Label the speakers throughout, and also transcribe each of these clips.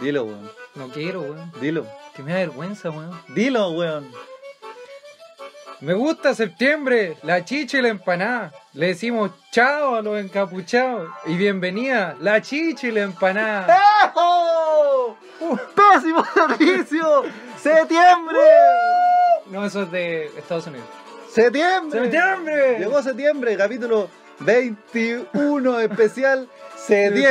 Speaker 1: Dilo, weón.
Speaker 2: No quiero, weón.
Speaker 1: Dilo.
Speaker 2: Que me da vergüenza, weón.
Speaker 1: Dilo, weón.
Speaker 2: Me gusta septiembre, la chicha y la empanada. Le decimos chao a los encapuchados. Y bienvenida, la chicha y la empanada.
Speaker 1: ¡Ejo! ¡Pésimo servicio! ¡Septiembre!
Speaker 2: No, eso es de Estados Unidos.
Speaker 1: ¡Septiembre!
Speaker 2: ¡Septiembre!
Speaker 1: Llegó septiembre, capítulo 21, especial septiembre,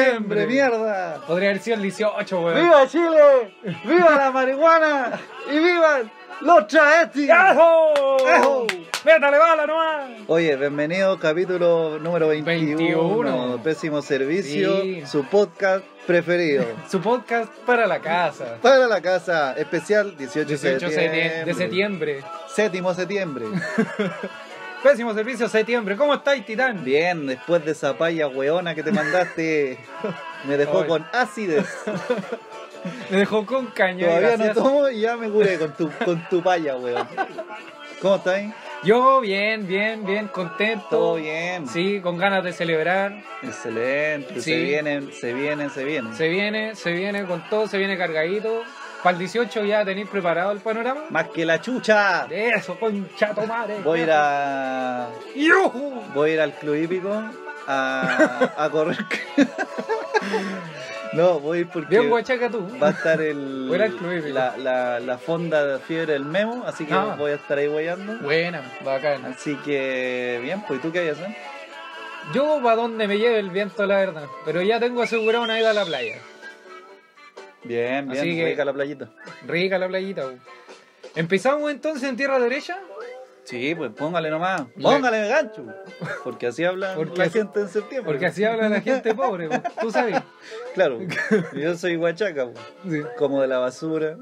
Speaker 2: Septiembre.
Speaker 1: mierda.
Speaker 2: Podría haber sido el 18, weón.
Speaker 1: ¡Viva Chile! ¡Viva la marihuana! ¡Y vivan los travestis!
Speaker 2: ¡Ajo!
Speaker 1: ¡Ajo!
Speaker 2: ¡Métale bala nomás!
Speaker 1: Oye, bienvenido capítulo número 21,
Speaker 2: 21.
Speaker 1: Pésimo Servicio,
Speaker 2: Sí.
Speaker 1: su podcast preferido.
Speaker 2: Su podcast para la casa.
Speaker 1: Para la casa, especial 18,
Speaker 2: 18
Speaker 1: de
Speaker 2: septiembre.
Speaker 1: septiembre.
Speaker 2: de septiembre.
Speaker 1: Séptimo septiembre.
Speaker 2: Pésimo servicio septiembre. ¿Cómo estáis, Titán?
Speaker 1: Bien, después de esa paya hueona que te mandaste, me dejó
Speaker 2: Ay.
Speaker 1: con ácides.
Speaker 2: Me dejó con cañón.
Speaker 1: Todavía no
Speaker 2: gracias.
Speaker 1: tomo y ya me curé con tu, con tu paya, weón. ¿Cómo estáis?
Speaker 2: Yo bien, bien, bien, contento.
Speaker 1: Todo bien.
Speaker 2: Oh, Sí, con ganas de celebrar.
Speaker 1: Excelente. Se
Speaker 2: Sí.
Speaker 1: vienen, se vienen, se vienen.
Speaker 2: Se viene, se viene con todo, se viene cargadito. Para el 18 ya tenéis preparado el panorama.
Speaker 1: Más que la chucha.
Speaker 2: De eso, concha tu madre.
Speaker 1: Voy a ir a.
Speaker 2: ¡Yujú!
Speaker 1: Voy a ir al club hípico a, a correr. no, voy porque.
Speaker 2: Bien guachaca tú.
Speaker 1: Va a estar el,
Speaker 2: Voy a ir al club hípico.
Speaker 1: la, la, la fonda de fiebre del memo, así que
Speaker 2: Ah.
Speaker 1: voy a estar ahí guayando.
Speaker 2: Buena, bacana.
Speaker 1: Así que, bien, pues, ¿y tú qué vas a hacer?
Speaker 2: Yo para donde me lleve el viento, la verdad. Pero ya tengo asegurado una ida a la playa.
Speaker 1: Bien, bien,
Speaker 2: Así que-
Speaker 1: rica la playita.
Speaker 2: Rica la playita. bu. Empezamos entonces en tierra derecha.
Speaker 1: Sí, pues póngale nomás,
Speaker 2: Le-
Speaker 1: póngale el gancho. Porque así habla
Speaker 2: Porque
Speaker 1: la
Speaker 2: así-
Speaker 1: gente en septiembre.
Speaker 2: Porque así habla la gente pobre, bu, tú sabes.
Speaker 1: Claro, yo soy huachaca, pues,
Speaker 2: Sí.
Speaker 1: como de la basura.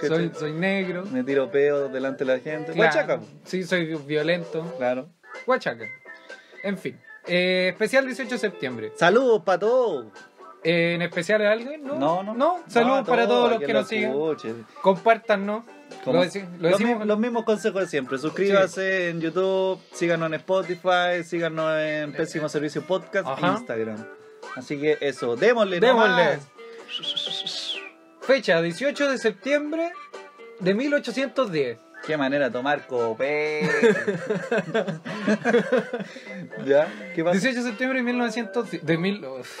Speaker 2: Soy,
Speaker 1: ¿Cachai?
Speaker 2: soy negro.
Speaker 1: Me tiro peo delante de la gente.
Speaker 2: Claro.
Speaker 1: Huachaca, pues,
Speaker 2: Sí, soy violento.
Speaker 1: claro.
Speaker 2: Huachaca. En fin. Eh, especial 18 de septiembre.
Speaker 1: Saludos para todos.
Speaker 2: Eh, ¿En especial a alguien? No,
Speaker 1: No, no. No,
Speaker 2: saludos
Speaker 1: a
Speaker 2: para todos los
Speaker 1: a
Speaker 2: que
Speaker 1: quien
Speaker 2: nos sigan.
Speaker 1: escuche.
Speaker 2: Compártanos.
Speaker 1: Como-
Speaker 2: Lo, deci- lo
Speaker 1: los,
Speaker 2: decimos.
Speaker 1: mi- los mismos consejos de siempre. Suscríbase en YouTube, síganos en Spotify, síganos en Pésimo Servicio Podcast e
Speaker 2: Ajá.
Speaker 1: Instagram. Así que eso, démosle.
Speaker 2: Démosle.
Speaker 1: nomás.
Speaker 2: Fecha 18 de septiembre de 1810.
Speaker 1: Qué manera de tomar copé. ¿Ya? ¿Qué pasa?
Speaker 2: 18 de septiembre de 1910. De mil, uf,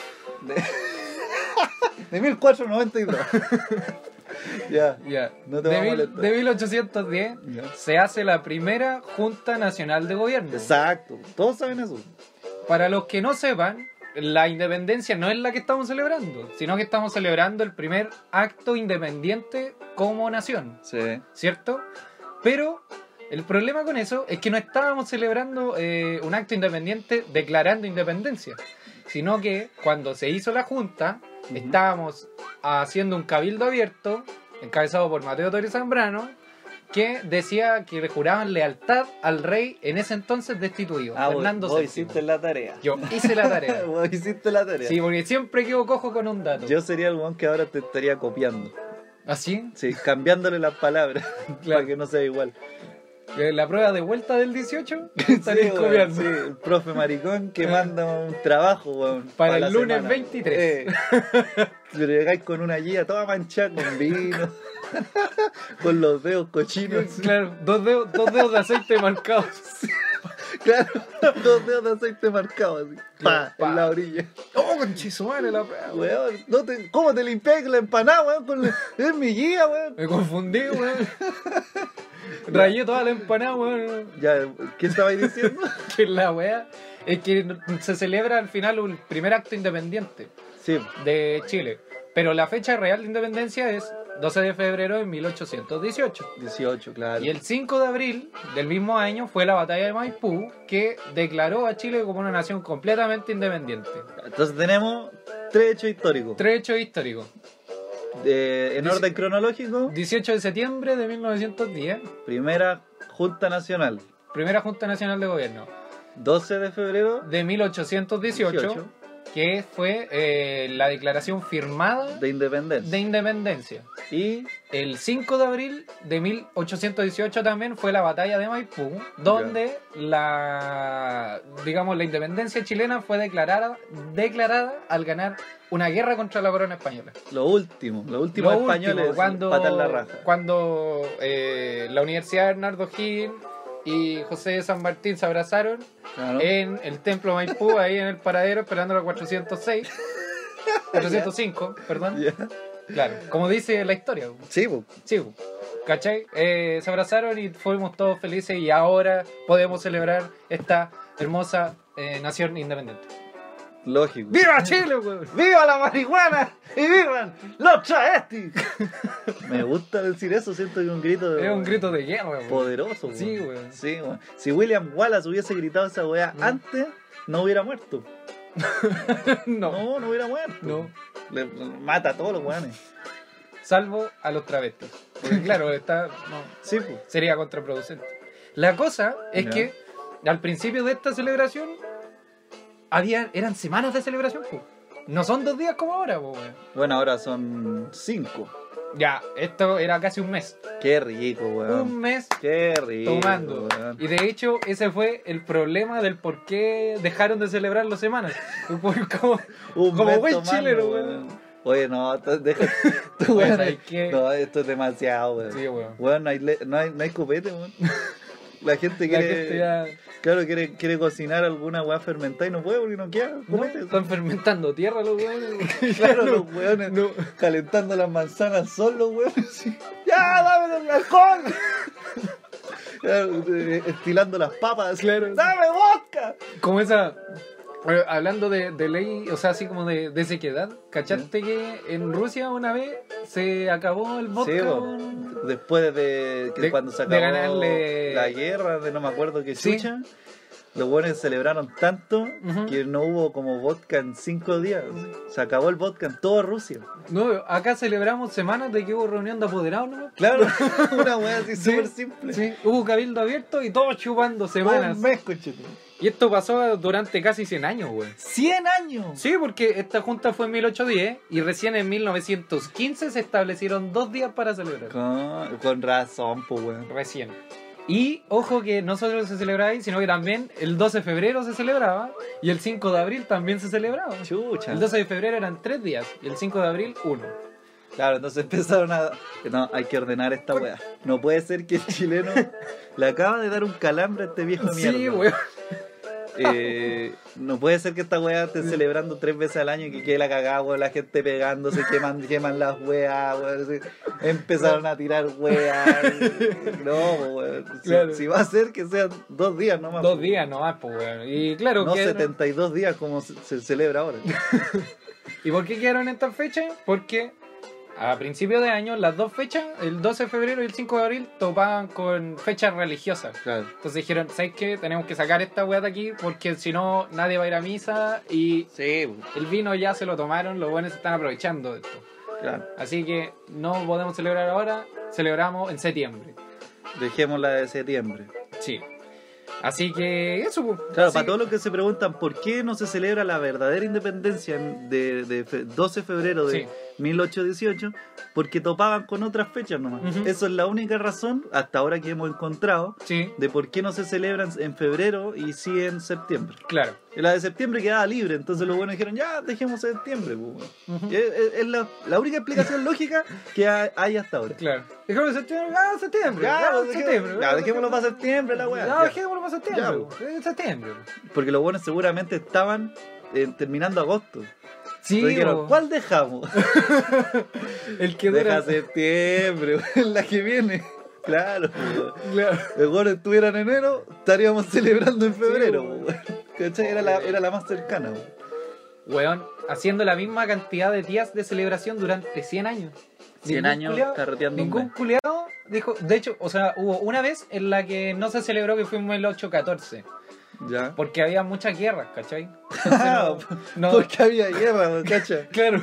Speaker 1: De 1492. ya.
Speaker 2: ya.
Speaker 1: No te
Speaker 2: de,
Speaker 1: va a
Speaker 2: mil-
Speaker 1: molestar.
Speaker 2: de 1810
Speaker 1: Ya.
Speaker 2: se hace la primera Junta Nacional de Gobierno.
Speaker 1: Exacto. Todos saben eso.
Speaker 2: Para los que no sepan, la independencia no es la que estamos celebrando, sino que estamos celebrando el primer acto independiente como nación,
Speaker 1: Sí.
Speaker 2: ¿cierto? Pero el problema con eso es que no estábamos celebrando eh, un acto independiente declarando independencia, sino que cuando se hizo la junta,
Speaker 1: Ujú.
Speaker 2: estábamos haciendo un cabildo abierto, encabezado por Mateo Torres Zambrano, que decía que le juraban lealtad al rey en ese entonces destituido,
Speaker 1: Ah, vos,
Speaker 2: Fernando
Speaker 1: vos
Speaker 2: VII.
Speaker 1: hiciste la tarea.
Speaker 2: Yo hice la tarea.
Speaker 1: Vos hiciste la tarea.
Speaker 2: Sí, porque siempre quedo cojo con un dato.
Speaker 1: Yo sería el weón que ahora te estaría copiando.
Speaker 2: ¿Así?
Speaker 1: Sí, cambiándole las palabras para
Speaker 2: Claro.
Speaker 1: que no sea igual.
Speaker 2: Eh, La prueba de vuelta del 18
Speaker 1: Sí,
Speaker 2: estaría
Speaker 1: weón,
Speaker 2: copiando.
Speaker 1: sí, el profe maricón que manda un trabajo, weón,
Speaker 2: Eh. Para el
Speaker 1: la
Speaker 2: lunes
Speaker 1: semana.
Speaker 2: 23.
Speaker 1: Eh, pero llegáis con una guía toda manchada con vino, con los dedos cochinos.
Speaker 2: Claro, dos dedos, dos dedos de aceite marcados.
Speaker 1: Claro, dos dedos de aceite marcados así. Pa,
Speaker 2: Claro, pa.
Speaker 1: en la orilla.
Speaker 2: ¡Oh, conchisuare la prueba!
Speaker 1: Weón, no te- ¿cómo te limpiáis la empanada, weón? Con la- es mi guía, weón.
Speaker 2: Me confundí, weón. Rayé toda la empanada, weón.
Speaker 1: Ya, ¿qué estabais diciendo?
Speaker 2: Que la weá. Es que se celebra al final un primer acto independiente
Speaker 1: Sí,
Speaker 2: de Chile. Pero la fecha real de independencia es 12 de febrero de 1818.
Speaker 1: 18, claro.
Speaker 2: Y el 5 de abril del mismo año fue la batalla de Maipú que declaró a Chile como una nación completamente independiente.
Speaker 1: Entonces tenemos tres hechos históricos.
Speaker 2: Tres hechos históricos.
Speaker 1: Eh, en
Speaker 2: Dieci-
Speaker 1: orden cronológico,
Speaker 2: 18 de septiembre de 1910,
Speaker 1: primera Junta Nacional.
Speaker 2: primera Junta Nacional de Gobierno.
Speaker 1: 12 de febrero
Speaker 2: De 1818, que fue eh, la declaración firmada
Speaker 1: de independencia.
Speaker 2: de independencia.
Speaker 1: Y
Speaker 2: El 5 de abril de 1818 también fue la batalla de Maipú, donde la digamos la independencia chilena fue declarada declarada al ganar una guerra contra la corona española.
Speaker 1: lo último, los últimos
Speaker 2: Lo
Speaker 1: españoles
Speaker 2: último, cuando
Speaker 1: pata en la raja.
Speaker 2: cuando eh, la Universidad de Hernando Gil y José de San Martín se abrazaron
Speaker 1: Claro.
Speaker 2: en el templo Maipú, ahí en el paradero esperando la 406, 405, perdón.
Speaker 1: Ya.
Speaker 2: Claro, como dice la historia.
Speaker 1: Sí, po.
Speaker 2: Sí, po. ¿cachai? Eh, se abrazaron y fuimos todos felices y ahora podemos celebrar esta hermosa eh, nación independiente.
Speaker 1: lógico.
Speaker 2: ¡Viva Chile, weón!
Speaker 1: ¡Viva la marihuana! ¡Y vivan los travestis! Me gusta decir eso, siento que es un grito de-
Speaker 2: Es un grito de guerra, weón.
Speaker 1: poderoso.
Speaker 2: Sí,
Speaker 1: weón.
Speaker 2: weón.
Speaker 1: Sí, weón. Si William Wallace hubiese gritado esa weá
Speaker 2: Mm.
Speaker 1: antes, no hubiera muerto.
Speaker 2: No,
Speaker 1: No, no hubiera muerto.
Speaker 2: no.
Speaker 1: Le- mata a todos los weones.
Speaker 2: Salvo a los travestis. Porque claro, está, no,
Speaker 1: Sí, pues.
Speaker 2: sería contraproducente. La cosa es
Speaker 1: Ya.
Speaker 2: que al principio de esta celebración había, eran semanas de celebración, po. No son dos días como ahora, po, weón.
Speaker 1: Bueno, ahora son cinco.
Speaker 2: Ya, esto era casi un mes.
Speaker 1: Qué rico, weón.
Speaker 2: Un mes
Speaker 1: Qué rico.
Speaker 2: tomando.
Speaker 1: weón.
Speaker 2: Y de hecho, ese fue el problema del por qué dejaron de celebrar las semanas. Por cómo-
Speaker 1: Un
Speaker 2: como
Speaker 1: mes
Speaker 2: buen
Speaker 1: tomando,
Speaker 2: chileno, weón.
Speaker 1: Oye, no, to- deja. tú,
Speaker 2: Pues,
Speaker 1: weón,
Speaker 2: hay que-
Speaker 1: No, esto es demasiado, weón.
Speaker 2: Sí, weón.
Speaker 1: Weón, no hay, le- no hay, no hay copete, weón. La gente
Speaker 2: La
Speaker 1: quiere.
Speaker 2: gente ya.
Speaker 1: Claro, quiere, quiere cocinar alguna weá fermentada y no puede porque no queda
Speaker 2: ¿no?
Speaker 1: copete.
Speaker 2: Están fermentando tierra los weones.
Speaker 1: Claro,
Speaker 2: no,
Speaker 1: los weones
Speaker 2: no.
Speaker 1: calentando las manzanas son los weones. sí. ¡Ya, dame el alcohol! Claro, eh, Estilando las papas.
Speaker 2: Claro.
Speaker 1: ¡Dame vodka!
Speaker 2: Como esa. eh, Hablando de, de ley, o sea, así como de, de sequedad, ¿cachaste que en Rusia una vez se acabó el vodka?
Speaker 1: Sí, po.
Speaker 2: weón?
Speaker 1: Después de que
Speaker 2: De-
Speaker 1: cuando se
Speaker 2: de
Speaker 1: acabó
Speaker 2: ganarle-
Speaker 1: la guerra, de no me acuerdo qué
Speaker 2: Sí.
Speaker 1: chucha, los buenos celebraron tanto
Speaker 2: Ujú.
Speaker 1: que no hubo como vodka en cinco días. Se acabó el vodka en toda Rusia.
Speaker 2: No, acá celebramos semanas de que hubo reunión de apoderados, ¿no?
Speaker 1: Claro, una weá así
Speaker 2: Sí.
Speaker 1: súper simple.
Speaker 2: Sí, hubo cabildo abierto y todos chupando semanas.
Speaker 1: Un mes, conchete.
Speaker 2: Y esto pasó durante casi 100 años, güey.
Speaker 1: 100 años.
Speaker 2: Sí, porque esta junta fue en 1810 y recién en 1915 se establecieron dos días para celebrar.
Speaker 1: Con, con razón, pues, weón.
Speaker 2: Recién. Y ojo que no solo se celebraba ahí, sino que también el 12 de febrero se celebraba y el 5 de abril también se celebraba.
Speaker 1: Chucha.
Speaker 2: El 12 de febrero eran tres días y el 5 de abril uno.
Speaker 1: Claro, entonces empezaron a. No, hay que ordenar esta weá. No puede ser que el chileno le acaba de dar un calambre a este viejo mierda.
Speaker 2: Sí, güey.
Speaker 1: Eh, no puede ser que esta weá esté celebrando tres veces al año y que quede la cagada, weón, la gente pegándose, queman, queman las weas, weón, así. Empezaron a tirar weas. No, weón. Si,
Speaker 2: Claro.
Speaker 1: si va a ser que sean dos días nomás.
Speaker 2: Dos
Speaker 1: po.
Speaker 2: días nomás, pues, güey. Y claro,
Speaker 1: No
Speaker 2: que
Speaker 1: 72 días como se, se celebra ahora.
Speaker 2: ¿Y por qué quedaron estas fechas? Porque a principios de año las dos fechas, el 12 de febrero y el 5 de abril, topaban con fechas religiosas.
Speaker 1: Claro.
Speaker 2: Entonces dijeron, ¿sabes qué? Tenemos que sacar esta weá de aquí porque si no nadie va a ir a misa y
Speaker 1: Sí,
Speaker 2: el vino ya se lo tomaron, los buenos se están aprovechando de esto.
Speaker 1: claro.
Speaker 2: Así que no podemos celebrar ahora, celebramos en septiembre.
Speaker 1: Dejémosla de septiembre.
Speaker 2: Sí. Así que eso, pues.
Speaker 1: Claro,
Speaker 2: Así
Speaker 1: para
Speaker 2: que-
Speaker 1: todos los que se preguntan por qué no se celebra la verdadera independencia en- de, de fe- 12 de febrero de
Speaker 2: Sí.
Speaker 1: 1818, porque topaban con otras fechas nomás.
Speaker 2: Ujú.
Speaker 1: Eso es la única razón, hasta ahora que hemos encontrado,
Speaker 2: Sí,
Speaker 1: de por qué no se celebran en febrero y sí en septiembre.
Speaker 2: claro.
Speaker 1: La de septiembre quedaba libre, entonces los buenos dijeron, ya, dejemos septiembre. pues, weón".
Speaker 2: Ujú.
Speaker 1: Y Es, es- es la, la única explicación lógica que ha- hay hasta ahora.
Speaker 2: Claro. Dejémoslo en septiembre. Ah, septiembre.
Speaker 1: Ya,
Speaker 2: ah,
Speaker 1: pues, dejé-
Speaker 2: septiembre.
Speaker 1: ya,
Speaker 2: ah,
Speaker 1: dejémoslo para septiembre, la weá.
Speaker 2: No,
Speaker 1: ya.
Speaker 2: dejémoslo para septiembre.
Speaker 1: Ya, pues.
Speaker 2: po. En septiembre.
Speaker 1: Porque los buenos seguramente estaban eh, terminando agosto.
Speaker 2: Sí,
Speaker 1: Pero dijeron,
Speaker 2: po.
Speaker 1: ¿cuál dejamos?
Speaker 2: El que
Speaker 1: Deja
Speaker 2: dura.
Speaker 1: septiembre, weón, la que viene. Claro, weón.
Speaker 2: Claro.
Speaker 1: los buenos estuvieran en enero, estaríamos celebrando en febrero.
Speaker 2: weón.
Speaker 1: weón. ¿Cachai? Era la, era la más cercana. weón.
Speaker 2: Weón, haciendo la misma cantidad de días de celebración durante 100 años.
Speaker 1: 100
Speaker 2: Ningún
Speaker 1: años
Speaker 2: culiao-
Speaker 1: carreteando un
Speaker 2: Ningún
Speaker 1: mes.
Speaker 2: culiado dijo. De hecho, o sea, hubo una vez en la que no se celebró que fuimos el 8-14.
Speaker 1: Ya.
Speaker 2: Porque había muchas guerras, ¿cachai? no-
Speaker 1: Porque había guerra, weón, ¿cachai?
Speaker 2: Claro.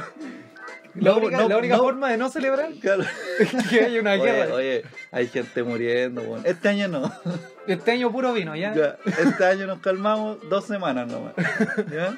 Speaker 2: La
Speaker 1: No,
Speaker 2: única,
Speaker 1: no,
Speaker 2: la única
Speaker 1: no.
Speaker 2: forma de no celebrar
Speaker 1: Claro.
Speaker 2: es que haya una
Speaker 1: Oye,
Speaker 2: guerra.
Speaker 1: oye, hay gente muriendo, weón. Este año no.
Speaker 2: Este año puro vino, ¿ya?
Speaker 1: Ya, Este año nos calmamos dos semanas nomás. ¿Ya?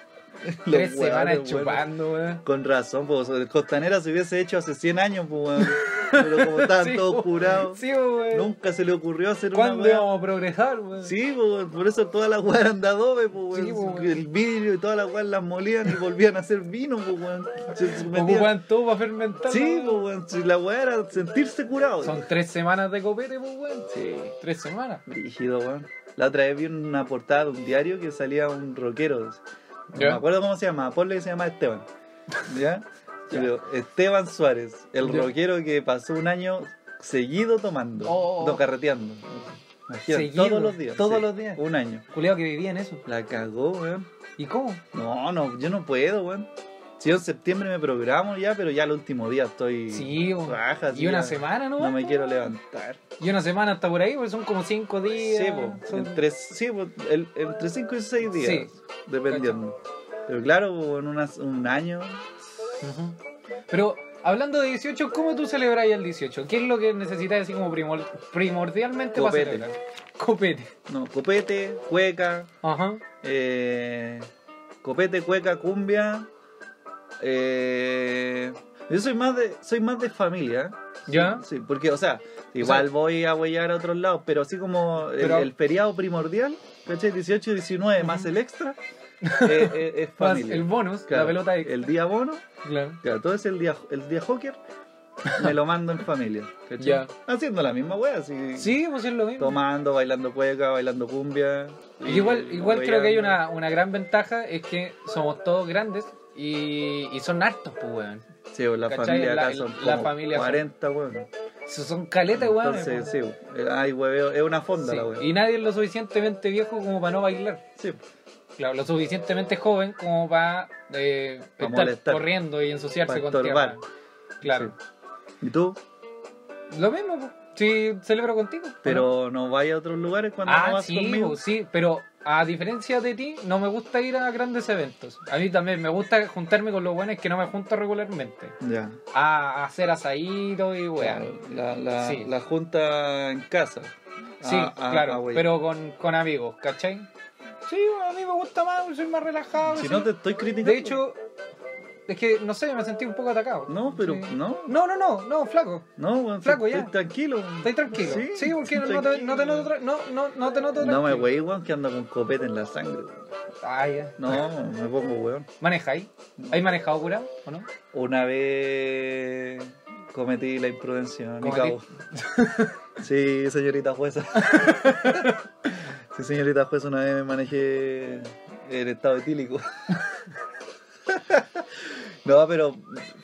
Speaker 1: Los
Speaker 2: Tres semanas
Speaker 1: hueones, weón.
Speaker 2: chupando, weón.
Speaker 1: Con razón, pues el Costanera se hubiese hecho hace 100 años, pues, weón. Pero como estaban
Speaker 2: Sí,
Speaker 1: todos
Speaker 2: weón.
Speaker 1: curados,
Speaker 2: Sí, weón.
Speaker 1: nunca se le ocurrió hacer una
Speaker 2: ¿Cuándo
Speaker 1: weá.
Speaker 2: íbamos a progresar, weón?
Speaker 1: Sí, po, weón, por eso toda la weá eran de adobe, po,
Speaker 2: Sí,
Speaker 1: weón.
Speaker 2: po, weón.
Speaker 1: el vidrio y toda la weá las molían y volvían a hacer vino, po, weón. Se- se metían-
Speaker 2: Ocupan todo para fermentar.
Speaker 1: Sí,
Speaker 2: la
Speaker 1: po,
Speaker 2: weá.
Speaker 1: weón. Si la weá era sentirse curado.
Speaker 2: Son tres semanas de copete, pues, weón.
Speaker 1: Sí,
Speaker 2: Tres semanas.
Speaker 1: rígido, weón. La otra vez vi una portada de un diario que salía un rockero. No
Speaker 2: Ya.
Speaker 1: me acuerdo cómo se llama, ponle que se llama Esteban. ¿Ya? Pero Esteban Suárez, el
Speaker 2: Ya.
Speaker 1: rockero que pasó un año seguido tomando,
Speaker 2: Oh.
Speaker 1: no, carreteando. Imagínate,
Speaker 2: Seguido,
Speaker 1: todos los días.
Speaker 2: todos
Speaker 1: sí,
Speaker 2: los días.
Speaker 1: Un año.
Speaker 2: Culeado que vivía en eso.
Speaker 1: La cagó, weón.
Speaker 2: ¿Y cómo?
Speaker 1: No, no, yo no puedo, weón. Si yo en septiembre me programo ya, pero ya el último día estoy.
Speaker 2: Sí, weón.
Speaker 1: Raja, sí,
Speaker 2: Y una
Speaker 1: ya.
Speaker 2: semana, ¿no?
Speaker 1: No me quiero levantar.
Speaker 2: Y una semana hasta por ahí, porque son como cinco días.
Speaker 1: Sí, po,
Speaker 2: son-
Speaker 1: entre, sí, po, el- entre cinco y seis días.
Speaker 2: Sí.
Speaker 1: Dependiendo. Pero claro, po, en unas- un año.
Speaker 2: Ujú. Pero hablando de 18, ¿cómo tú celebras el 18? ¿Qué es lo que necesitas así como primor- primordialmente
Speaker 1: Copete.
Speaker 2: para celebrar? Copete.
Speaker 1: No, copete, cueca,
Speaker 2: Ajá.
Speaker 1: eh, copete, cueca, cumbia. eh, yo soy más de soy más de familia.
Speaker 2: ¿Ya?
Speaker 1: Sí, porque, o sea, igual
Speaker 2: sea-
Speaker 1: voy a huellar a otros lados, pero así como el,
Speaker 2: Pero-
Speaker 1: el feriado primordial, ¿cachai? 18 y 19 más el extra, eh, eh, es
Speaker 2: Más
Speaker 1: familia.
Speaker 2: el bonus,
Speaker 1: Claro,
Speaker 2: la pelota extra.
Speaker 1: El día bono,
Speaker 2: Claro.
Speaker 1: claro, todo es el día, el día hockey, me lo mando en familia, ¿cachai?
Speaker 2: Ya.
Speaker 1: Haciendo la misma wea, así.
Speaker 2: Sí, pues es lo mismo.
Speaker 1: Tomando, bailando cueca, bailando cumbia.
Speaker 2: Y igual igual creo que hay
Speaker 1: huellando.
Speaker 2: una, una gran ventaja, es que somos todos grandes y, y son hartos, pues, weón.
Speaker 1: Sí, pues, la
Speaker 2: ¿cachai?
Speaker 1: familia
Speaker 2: La-
Speaker 1: acá son
Speaker 2: la
Speaker 1: como
Speaker 2: familia son-
Speaker 1: 40, weón.
Speaker 2: Si Son caletas, weón.
Speaker 1: Entonces, sí, eh, hay hueveo, es una fonda la wea.
Speaker 2: Y nadie es lo suficientemente viejo como para no bailar.
Speaker 1: Sí. pues.
Speaker 2: Claro, lo suficientemente joven como para eh,
Speaker 1: Pa'
Speaker 2: estar
Speaker 1: molestar.
Speaker 2: corriendo y ensuciarse
Speaker 1: Pa'
Speaker 2: con
Speaker 1: estorbar.
Speaker 2: tierra. Claro.
Speaker 1: ¿Y tú?
Speaker 2: Lo mismo, po. sí, celebro contigo. ¿o no?
Speaker 1: Pero no vaya a otros lugares cuando no
Speaker 2: Ah,
Speaker 1: vas
Speaker 2: sí,
Speaker 1: conmigo.
Speaker 2: po, sí, pero a diferencia de ti, no me gusta ir a grandes eventos. A mí también me gusta juntarme con los buenos que no me junto regularmente.
Speaker 1: Ya.
Speaker 2: A hacer asadito y weá.
Speaker 1: La, la,
Speaker 2: Sí.
Speaker 1: la junta en casa.
Speaker 2: Sí,
Speaker 1: Ah, ah,
Speaker 2: claro,
Speaker 1: ah, güey.
Speaker 2: pero con, con amigos, ¿cachai? Sí, a mí me gusta más, soy más relajado.
Speaker 1: Si
Speaker 2: sí.
Speaker 1: no te estoy criticando.
Speaker 2: De hecho, es que no sé, me sentí un poco atacado.
Speaker 1: No, pero
Speaker 2: Sí.
Speaker 1: no.
Speaker 2: No, no, no, no, flaco.
Speaker 1: No, weón,
Speaker 2: Flaco,
Speaker 1: estoy
Speaker 2: ya.
Speaker 1: tranquilo. weón.
Speaker 2: Estoy tranquilo. Sí,
Speaker 1: Sí,
Speaker 2: porque
Speaker 1: estoy
Speaker 2: no te,
Speaker 1: tranquilo.
Speaker 2: no te noto tra- no, no, no te noto
Speaker 1: No me
Speaker 2: tranquilo.
Speaker 1: wey, weón, que ando con copete en la sangre. weón.
Speaker 2: Ah, ya.
Speaker 1: No, me pongo weón.
Speaker 2: ¿Manejáis? ¿Hay manejado curado o no?
Speaker 1: Una vez cometí la imprudencia, me
Speaker 2: ¿Cometí?
Speaker 1: cago. Sí, señorita jueza. Sí, señorita jueza, una vez me manejé en estado etílico. No, pero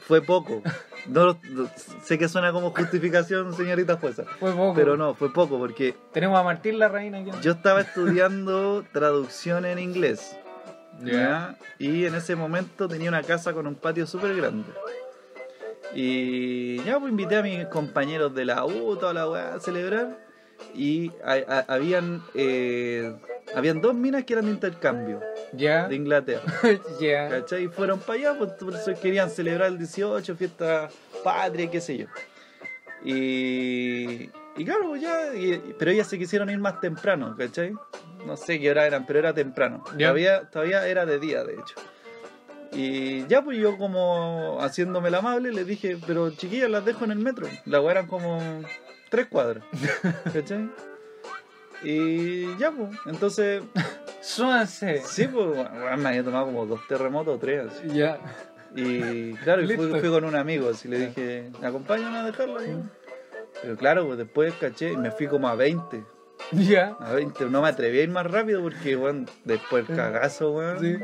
Speaker 1: fue poco. No, lo- no- sé que suena como justificación, señorita jueza.
Speaker 2: Pues poco.
Speaker 1: Pero no, fue poco porque
Speaker 2: Tenemos a Martín la reina aquí.
Speaker 1: yo estaba estudiando traducción en inglés.
Speaker 2: Ya.
Speaker 1: ¿ya? Y en ese momento tenía una casa con un patio súper grande. Y ya pues invité a mis compañeros de la U, toda la weá, a celebrar. Y a- a- habían, eh, habían dos minas que eran de intercambio
Speaker 2: Ya.
Speaker 1: de Inglaterra.
Speaker 2: Ya.
Speaker 1: ¿Cachai? Y fueron para allá, pues por eso querían celebrar el 18, fiesta patria, qué sé yo. Y, y claro, pues ya, y- pero ellas se quisieron ir más temprano, ¿cachai? No sé qué hora eran, pero era temprano.
Speaker 2: Ya.
Speaker 1: Todavía, todavía era de día, de hecho. Y ya pues yo como haciéndome el amable les dije, pero chiquillas las dejo en el metro. La weá eran como tres cuadras. ¿Cachai? Y ya pues, entonces
Speaker 2: Súbanse.
Speaker 1: Sí, pues weón, me había tomado como dos terremotos o tres. así.
Speaker 2: Ya.
Speaker 1: Y claro, y fui,
Speaker 2: Listo.
Speaker 1: fui con un amigo, así le
Speaker 2: Ya.
Speaker 1: dije, acompáñame a dejarla. yo?". Pero claro, pues después caché y me fui como a 20.
Speaker 2: Ya.
Speaker 1: A 20, no me atreví a ir más rápido porque, weón, después el cagazo, weón.
Speaker 2: Sí.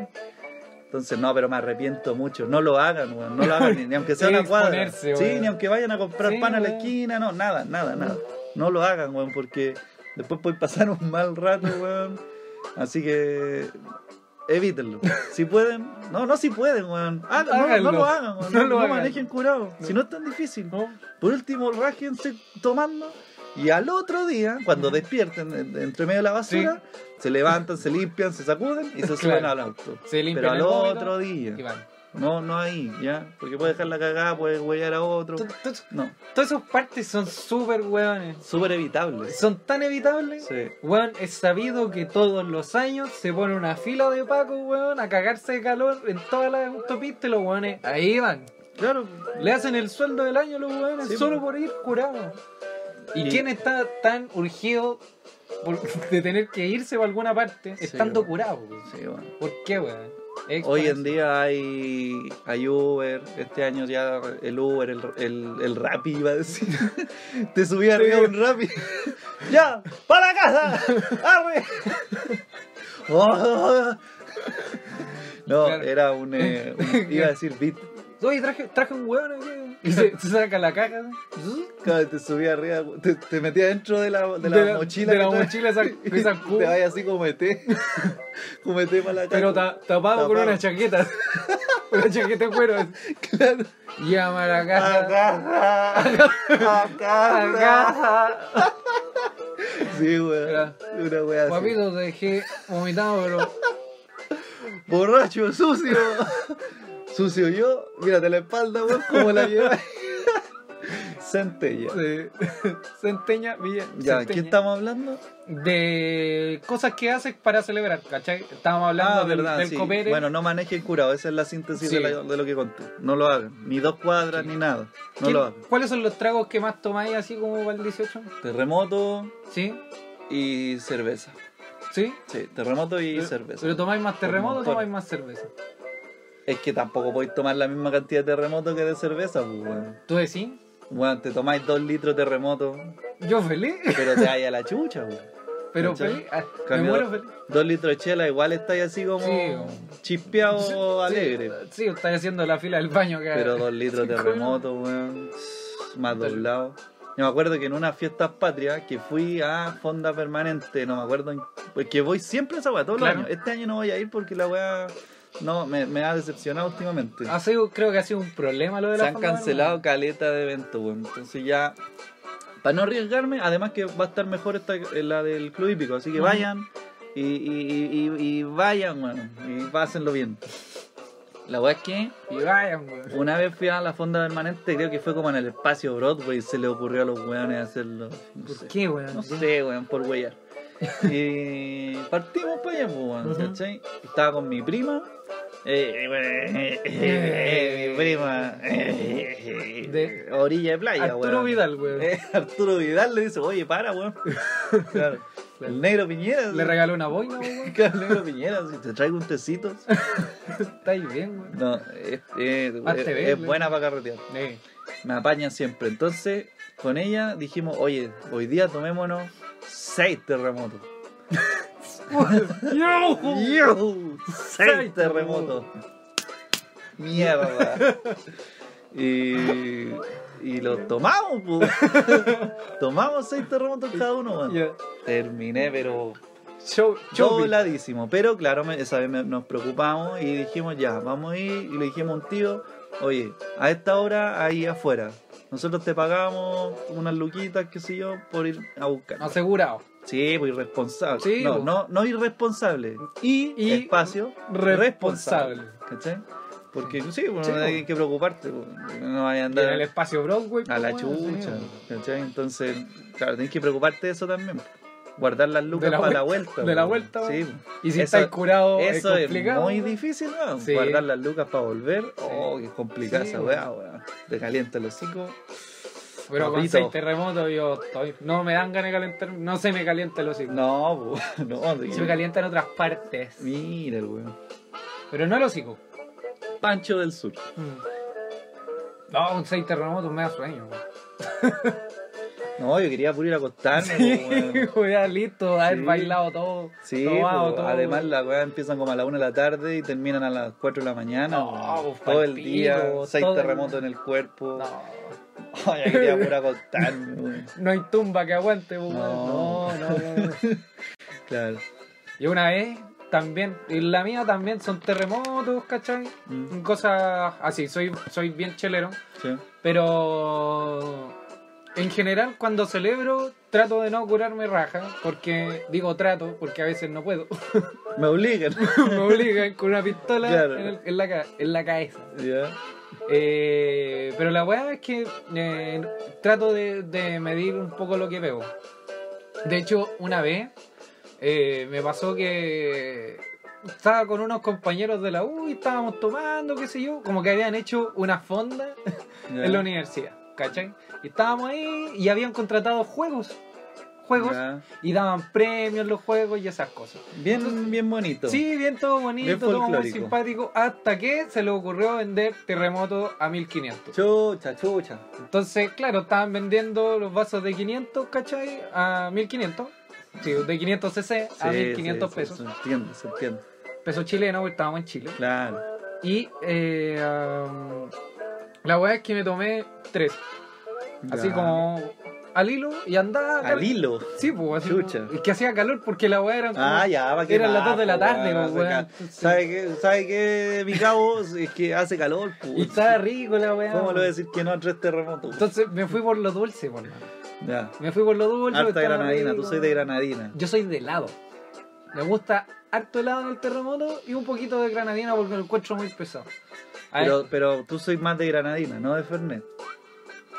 Speaker 1: Entonces, no, pero me arrepiento mucho. No lo hagan, weón, no lo hagan, ni- ni aunque sea
Speaker 2: Sí,
Speaker 1: una cuadra.
Speaker 2: exponerse,
Speaker 1: Sí,
Speaker 2: weón.
Speaker 1: ni aunque vayan a comprar
Speaker 2: Sí,
Speaker 1: pan a la
Speaker 2: weón.
Speaker 1: esquina, no, nada, nada, nada. No lo hagan, weón, porque después puede pasar un mal rato, weón. Así que evítenlo. Si pueden, no, no si pueden, weón. Ah, no, no,
Speaker 2: Háganlo.
Speaker 1: lo hagan, weón.
Speaker 2: No
Speaker 1: No,
Speaker 2: lo
Speaker 1: no
Speaker 2: hagan.
Speaker 1: manejen curado. Si no es tan difícil.
Speaker 2: ¿No?
Speaker 1: Por último, rájense tomando. Y al otro día, cuando despierten en- entre medio de la basura, se levantan, se limpian, se sacuden y se suben
Speaker 2: Claro.
Speaker 1: al auto.
Speaker 2: Se limpian
Speaker 1: Pero al
Speaker 2: el vómito
Speaker 1: otro día.
Speaker 2: Y van.
Speaker 1: No, no ahí, ya. Porque puede dejar la cagada, puede huellar a otro.
Speaker 2: To- to-
Speaker 1: No,
Speaker 2: Todas esas partes son súper weones.
Speaker 1: súper evitable.
Speaker 2: Son tan evitables.
Speaker 1: Sí.
Speaker 2: Weón, es sabido que todos los años se pone una fila de Paco, weón, a cagarse de calor en todas las autopistas y los weones ahí van.
Speaker 1: Claro,
Speaker 2: Le hacen el sueldo del año a los weones
Speaker 1: Sí,
Speaker 2: solo
Speaker 1: po.
Speaker 2: por ir curados. ¿Y,
Speaker 1: Y-
Speaker 2: quién está tan urgido por- de tener que irse a alguna parte
Speaker 1: Sí,
Speaker 2: estando
Speaker 1: weón.
Speaker 2: curado? weón?
Speaker 1: sí, bueno.
Speaker 2: ¿Por qué, weón? Es
Speaker 1: Hoy
Speaker 2: por
Speaker 1: en
Speaker 2: eso.
Speaker 1: día hay, hay Uber, este año ya el Uber, el, el, el Rappi iba a decir. Te subí arriba de un Rappi. ¡Ya! ¡Para casa! ¡Arre! Oh. No,
Speaker 2: Claro.
Speaker 1: era un, eh, un- Iba a decir beat.
Speaker 2: Oye, traje, traje un weón aquí. Y se, se saca la caca. ¿sí?
Speaker 1: Claro, te subí arriba, te, te metía dentro de la, de la, mochila.
Speaker 2: De
Speaker 1: que
Speaker 2: la
Speaker 1: traes
Speaker 2: mochila esa,
Speaker 1: y
Speaker 2: esa
Speaker 1: te vaya así como meté. Como meté para la casa.
Speaker 2: Pero ta- tapado con
Speaker 1: Tapado.
Speaker 2: una chaqueta. una chaqueta de cuero.
Speaker 1: Claro.
Speaker 2: Llama a la caja.
Speaker 1: Agarra, agarra.
Speaker 2: Acá.
Speaker 1: Sí, weón.
Speaker 2: Era-
Speaker 1: Una wea así.
Speaker 2: Papito, te dejé vomitado, pero.
Speaker 1: Borracho, sucio. sucio yo. Mírate la espalda, weón, cómo la llevas. Centella.
Speaker 2: se- Centeña, Villa.
Speaker 1: Ya, ¿qué
Speaker 2: Centeña.
Speaker 1: estamos hablando?
Speaker 2: De cosas que haces para celebrar, ¿cachai? Estábamos hablando
Speaker 1: ah,
Speaker 2: del,
Speaker 1: verdad,
Speaker 2: del
Speaker 1: sí.
Speaker 2: copete.
Speaker 1: Bueno, no manejen curado, esa es la síntesis
Speaker 2: Sí.
Speaker 1: de, la- de lo que conté. No lo hagan, ni dos cuadras,
Speaker 2: Sí.
Speaker 1: ni nada. No
Speaker 2: ¿Qué-
Speaker 1: lo hagan.
Speaker 2: ¿Cuáles son los tragos que más tomáis así como para el 18?
Speaker 1: Terremoto
Speaker 2: ¿Sí?
Speaker 1: y cerveza.
Speaker 2: ¿Sí?
Speaker 1: Sí, terremoto y
Speaker 2: Pero-
Speaker 1: cerveza.
Speaker 2: ¿Pero tomáis más terremoto o
Speaker 1: montón.
Speaker 2: tomáis más cerveza?
Speaker 1: Es que tampoco podéis tomar la misma cantidad de terremoto que de cerveza, pues, weón.
Speaker 2: ¿Tú decís?
Speaker 1: Weón, te tomáis dos litros de terremoto,
Speaker 2: Yo feliz,
Speaker 1: pero te hay a la chucha, weón.
Speaker 2: pero
Speaker 1: ¿Cachai?
Speaker 2: feliz. ah, Me
Speaker 1: Cambio-
Speaker 2: muero feliz.
Speaker 1: Dos litros de chela, igual estáis así como
Speaker 2: Sí, weón.
Speaker 1: chispeado alegre.
Speaker 2: Sí, estás haciendo la fila del baño acá.
Speaker 1: Pero dos litros de
Speaker 2: Sí,
Speaker 1: terremoto, weón. Más doblado. Yo me acuerdo que en unas fiestas patrias que fui a Fonda Permanente, no me acuerdo. en- Porque voy siempre a esa weá, todos
Speaker 2: Claro.
Speaker 1: los años. Este año no voy a ir porque la weá no, me, me ha decepcionado últimamente.
Speaker 2: Ha sido- creo que ha sido un problema lo de
Speaker 1: Se
Speaker 2: la
Speaker 1: han
Speaker 2: fama,
Speaker 1: cancelado
Speaker 2: hermano.
Speaker 1: caleta de eventos, weón. Entonces ya. Para no arriesgarme, además que va a estar mejor esta, eh, la del Club Hípico. Así que
Speaker 2: Ujú.
Speaker 1: vayan y, y- y- y- y vayan, weón. Y pásenlo bien. La weá es que.
Speaker 2: Y vayan, weón.
Speaker 1: Una vez fui a la fonda permanente, creo que fue como en el espacio Broadway, se le ocurrió a los weones hacerlo. No
Speaker 2: ¿Por
Speaker 1: sé,
Speaker 2: qué, weón?
Speaker 1: no sé, weón, por huellar. y partimos para allá, pues, weón,
Speaker 2: Ujú.
Speaker 1: ¿cachai? Estaba con mi prima. eh, eh, bueno, eh, eh, eh, mi prima. eh, eh, eh, orilla de playa,
Speaker 2: Arturo
Speaker 1: weón.
Speaker 2: Vidal, weón.
Speaker 1: Eh, Arturo Vidal le dice, oye, para, weón. Claro. El negro Piñera.
Speaker 2: Le regaló una boina, weón.
Speaker 1: El negro Piñera, si te traigo un tecito.
Speaker 2: Estáis bien, weón.
Speaker 1: No, es, es-
Speaker 2: Hazte
Speaker 1: es-
Speaker 2: ver,
Speaker 1: es
Speaker 2: le-
Speaker 1: buena para carretear.
Speaker 2: Eh,
Speaker 1: me apaña siempre. Entonces, con ella dijimos, oye, hoy día tomémonos seis terremotos. ¡Yo! ¡Seis
Speaker 2: Seis
Speaker 1: terremotos! ¡Mierda! Y, y lo tomamos, pues. Tomamos seis terremotos cada uno, weón.
Speaker 2: Ya.
Speaker 1: Terminé, pero
Speaker 2: Show, show.
Speaker 1: Dobladísimo, pero claro, me- esa vez me- nos preocupamos y dijimos ya, vamos a ir. Y le dijimos a un tío, oye, a esta hora ahí afuera, nosotros te pagamos unas luquitas, qué sé yo, por ir a buscar.
Speaker 2: Asegurado.
Speaker 1: Sí, pues irresponsable.
Speaker 2: Sí,
Speaker 1: no,
Speaker 2: pues.
Speaker 1: no, no irresponsable. Y,
Speaker 2: Y
Speaker 1: espacio,
Speaker 2: Responsable.
Speaker 1: ¿cachai? Porque sí, bueno,
Speaker 2: Sí, pues.
Speaker 1: hay que preocuparte, pues, no vaya a
Speaker 2: Y en el
Speaker 1: andar
Speaker 2: espacio Broadway.
Speaker 1: a la
Speaker 2: pues, weón,
Speaker 1: chucha,
Speaker 2: sí,
Speaker 1: ¿cachai? Entonces, claro, tienes que preocuparte de eso también. Guardar las lucas
Speaker 2: la
Speaker 1: para la vuelta.
Speaker 2: de la
Speaker 1: pues.
Speaker 2: vuelta,
Speaker 1: Sí, pues.
Speaker 2: weón. Y si
Speaker 1: Eso-
Speaker 2: estáis curado,
Speaker 1: Eso
Speaker 2: es
Speaker 1: es,
Speaker 2: complicado.
Speaker 1: muy
Speaker 2: weón.
Speaker 1: difícil, weón.
Speaker 2: Sí.
Speaker 1: Guardar las lucas para volver. Oh, qué complicada
Speaker 2: Sí, pues.
Speaker 1: esa
Speaker 2: weón.
Speaker 1: weá, weón. Te calienta los hocico.
Speaker 2: Pero con
Speaker 1: Papito.
Speaker 2: seis terremotos yo estoy. No me dan ganas de calentar. No se me calienta el hocico.
Speaker 1: No, po, no. de-
Speaker 2: Se me calientan otras partes.
Speaker 1: Mira el weón.
Speaker 2: Pero no el hocico.
Speaker 1: Pancho del Sur. Mm.
Speaker 2: No, un seis terremotos me da sueño. weón.
Speaker 1: No, yo quería puro ir a acostarme,
Speaker 2: Sí,
Speaker 1: po, weón.
Speaker 2: weón, ya listo, haber
Speaker 1: Sí.
Speaker 2: bailado todo.
Speaker 1: Sí,
Speaker 2: tomado
Speaker 1: po,
Speaker 2: todo.
Speaker 1: además las weas empiezan como a la 1 de la tarde y terminan a las 4 de la mañana.
Speaker 2: No,
Speaker 1: weón.
Speaker 2: po,
Speaker 1: todo el
Speaker 2: palpico,
Speaker 1: día, seis
Speaker 2: todo el-
Speaker 1: terremotos en el cuerpo.
Speaker 2: No.
Speaker 1: Ay, yo quería puro acostarme, weón.
Speaker 2: No hay tumba que aguante, weón.
Speaker 1: No.
Speaker 2: no, no, no, no.
Speaker 1: Claro.
Speaker 2: Y una vez también, y la mía también son terremotos, ¿cachai?
Speaker 1: Mm,
Speaker 2: Cosas así, soy, soy bien chelero.
Speaker 1: sí.
Speaker 2: Pero En general, cuando celebro, trato de no curarme raja, porque digo trato, porque a veces no puedo.
Speaker 1: Me obligan.
Speaker 2: Me obligan con una pistola
Speaker 1: Claro.
Speaker 2: en, el- en la, ca- en la cabeza.
Speaker 1: Ya.
Speaker 2: Eh, pero la weá es que eh, trato de, de medir un poco lo que veo. De hecho, una vez eh, me pasó que estaba con unos compañeros de la U y estábamos tomando, qué sé yo, como que habían hecho una fonda
Speaker 1: ya.
Speaker 2: en la universidad, ¿cachai? Y estábamos ahí y habían contratado juegos, juegos,
Speaker 1: Ya.
Speaker 2: y daban premios los juegos y esas cosas.
Speaker 1: Bien, bien bonito.
Speaker 2: Sí, bien todo bonito,
Speaker 1: Bien
Speaker 2: todo muy
Speaker 1: folclórico.
Speaker 2: simpático, hasta que se le ocurrió vender terremoto a 1500.
Speaker 1: Chucha, chucha.
Speaker 2: Entonces, claro, estaban vendiendo los vasos de 500, ¿cachai? A 1500. Sí, de 500 cc a
Speaker 1: Sí,
Speaker 2: 1500
Speaker 1: sí, sí,
Speaker 2: pesos.
Speaker 1: Se entiende, se entiende.
Speaker 2: Pesos chilenos, porque estábamos en Chile.
Speaker 1: Claro.
Speaker 2: Y eh, am, la weá es que me tomé tres. Así
Speaker 1: Ya.
Speaker 2: como al hilo y andaba.
Speaker 1: Al hilo.
Speaker 2: Sí, pues así.
Speaker 1: Chucha.
Speaker 2: Es que hacía calor porque la weá era. como-
Speaker 1: Ah, ya, va que
Speaker 2: Eran
Speaker 1: va,
Speaker 2: las 2 de la
Speaker 1: po, weón,
Speaker 2: tarde, pues,
Speaker 1: hace
Speaker 2: weón.
Speaker 1: cal-
Speaker 2: Entonces-
Speaker 1: ¿Sabe qué? ¿Sabe qué? Mi cabo es que hace calor, pues.
Speaker 2: Y estaba rico la weá.
Speaker 1: ¿Cómo le voy a
Speaker 2: weón.
Speaker 1: decir que no a tres terremotos?
Speaker 2: Entonces me fui por lo dulce, por mano.
Speaker 1: Ya.
Speaker 2: Me fui por lo dulce.
Speaker 1: Harta
Speaker 2: estaba
Speaker 1: granadina,
Speaker 2: rico.
Speaker 1: tú soy de granadina.
Speaker 2: Yo soy de helado. Me gusta harto helado en el terremoto y un poquito de granadina porque lo encuentro muy pesado. A ver,
Speaker 1: Pero, pero tú soy más de granadina, no de Fernet.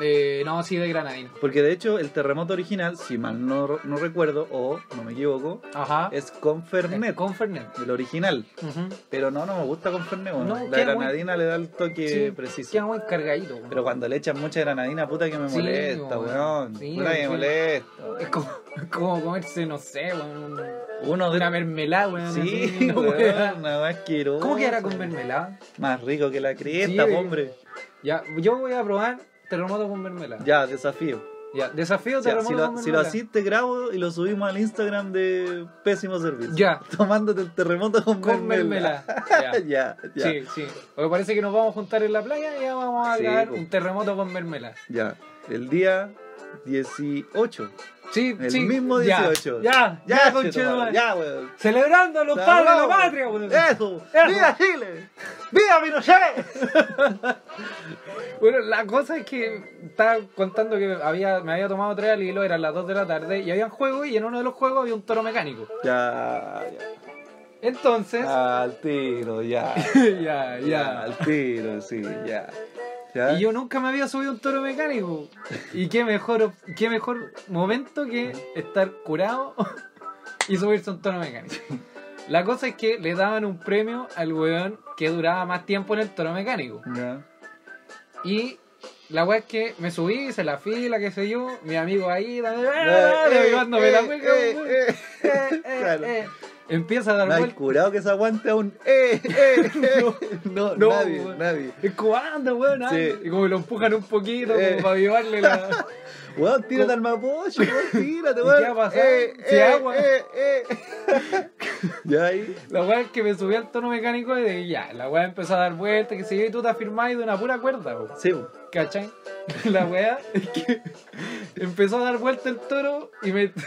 Speaker 2: eh, no, sí, de granadina.
Speaker 1: Porque de hecho el terremoto original, si mal no, no recuerdo, o no me equivoco,
Speaker 2: Ajá.
Speaker 1: es con Fernet,
Speaker 2: Con Fernet.
Speaker 1: el original.
Speaker 2: Ujú.
Speaker 1: Pero no, no me gusta con Fernet. bueno.
Speaker 2: No,
Speaker 1: la
Speaker 2: queda muy-
Speaker 1: granadina le da el toque
Speaker 2: Sí,
Speaker 1: preciso.
Speaker 2: Queda muy cargadito. weón.
Speaker 1: Pero cuando le echan mucha granadina, puta que me
Speaker 2: Sí,
Speaker 1: molesta,
Speaker 2: weón.
Speaker 1: weón.
Speaker 2: Sí,
Speaker 1: puta que me
Speaker 2: sí.
Speaker 1: molesta.
Speaker 2: Es como, como comerse, no sé, weón,
Speaker 1: Uno de
Speaker 2: una mermelada, weón. así,
Speaker 1: Sí,
Speaker 2: no,
Speaker 1: weón,
Speaker 2: weón.
Speaker 1: una weá asquerosa.
Speaker 2: ¿Cómo quedará con mermelada?
Speaker 1: Más rico que la
Speaker 2: Sí,
Speaker 1: cresta,
Speaker 2: weón.
Speaker 1: po, hombre.
Speaker 2: Ya, yo voy a probar terremoto con mermelada. Ya,
Speaker 1: Ya, desafío.
Speaker 2: desafío
Speaker 1: O sea,
Speaker 2: terremoto
Speaker 1: si,
Speaker 2: con
Speaker 1: lo, si lo
Speaker 2: mermelada.
Speaker 1: así te grabo y lo subimos al Instagram de Pésimo Servicio.
Speaker 2: Ya.
Speaker 1: Tomándote el terremoto con,
Speaker 2: Con
Speaker 1: mermelada.
Speaker 2: mermelada. Ya.
Speaker 1: ya, ya.
Speaker 2: Sí, sí. Porque parece que nos vamos a juntar en la playa y ya vamos a
Speaker 1: Sí,
Speaker 2: grabar
Speaker 1: po.
Speaker 2: un terremoto con mermela.
Speaker 1: Ya. El día 18.
Speaker 2: Sí,
Speaker 1: El
Speaker 2: sí.
Speaker 1: mismo
Speaker 2: ya,
Speaker 1: 18.
Speaker 2: Ya, ya,
Speaker 1: Ya,
Speaker 2: conchetumare.
Speaker 1: chetumare, ya, weón.
Speaker 2: Celebrando a los padres de la patria, weón.
Speaker 1: Eso. ¡Viva Chile! ¡Viva Pinochet!
Speaker 2: Bueno, la cosa es que estaba contando que había, me había tomado tres al hilo, eran las 2 de la tarde, y había un juego y en uno de los juegos había un toro mecánico.
Speaker 1: Ya, ya.
Speaker 2: Entonces,
Speaker 1: Al tiro, ya.
Speaker 2: ya,
Speaker 1: Ah. Ya,
Speaker 2: ya.
Speaker 1: al tiro, sí, ya. ¿Ya?
Speaker 2: Y yo nunca me había subido a un toro mecánico. Y qué mejor, op- qué mejor momento que estar curado y subirse a un toro mecánico. La cosa es que le daban un premio al weón que duraba más tiempo en el toro mecánico.
Speaker 1: Ya.
Speaker 2: Y la weá es que me subí, hice la fila, qué sé yo, mi amigo ahí, dame,
Speaker 1: Ya, eh,
Speaker 2: dándome
Speaker 1: eh,
Speaker 2: la cueca,
Speaker 1: eh,
Speaker 2: weón.
Speaker 1: eh.
Speaker 2: Eh, eh,
Speaker 1: Claro.
Speaker 2: eh. Empieza a dar
Speaker 1: No hay
Speaker 2: vueltas.
Speaker 1: curado que se aguante a un eh, eh, eh. No,
Speaker 2: No,
Speaker 1: nadie,
Speaker 2: weón.
Speaker 1: nadie.
Speaker 2: Es como, anda, weón, anda.
Speaker 1: Sí.
Speaker 2: Y como lo empujan un poquito
Speaker 1: Eh.
Speaker 2: como para avivarle la.
Speaker 1: Weón, tírate al mapocho, weón, tírate,
Speaker 2: ¿Y
Speaker 1: weón.
Speaker 2: qué va a pasar?
Speaker 1: Eh,
Speaker 2: Si
Speaker 1: eh,
Speaker 2: agua.
Speaker 1: eh, eh. Ya ahí.
Speaker 2: La weá es que me subí al tono mecánico y de, ya, la weá empezó a dar vueltas, que se yo, y tú te afirmás de una pura cuerda, po,
Speaker 1: Sí, weón.
Speaker 2: ¿cachai? La weá es que empezó a dar vuelta el toro y me.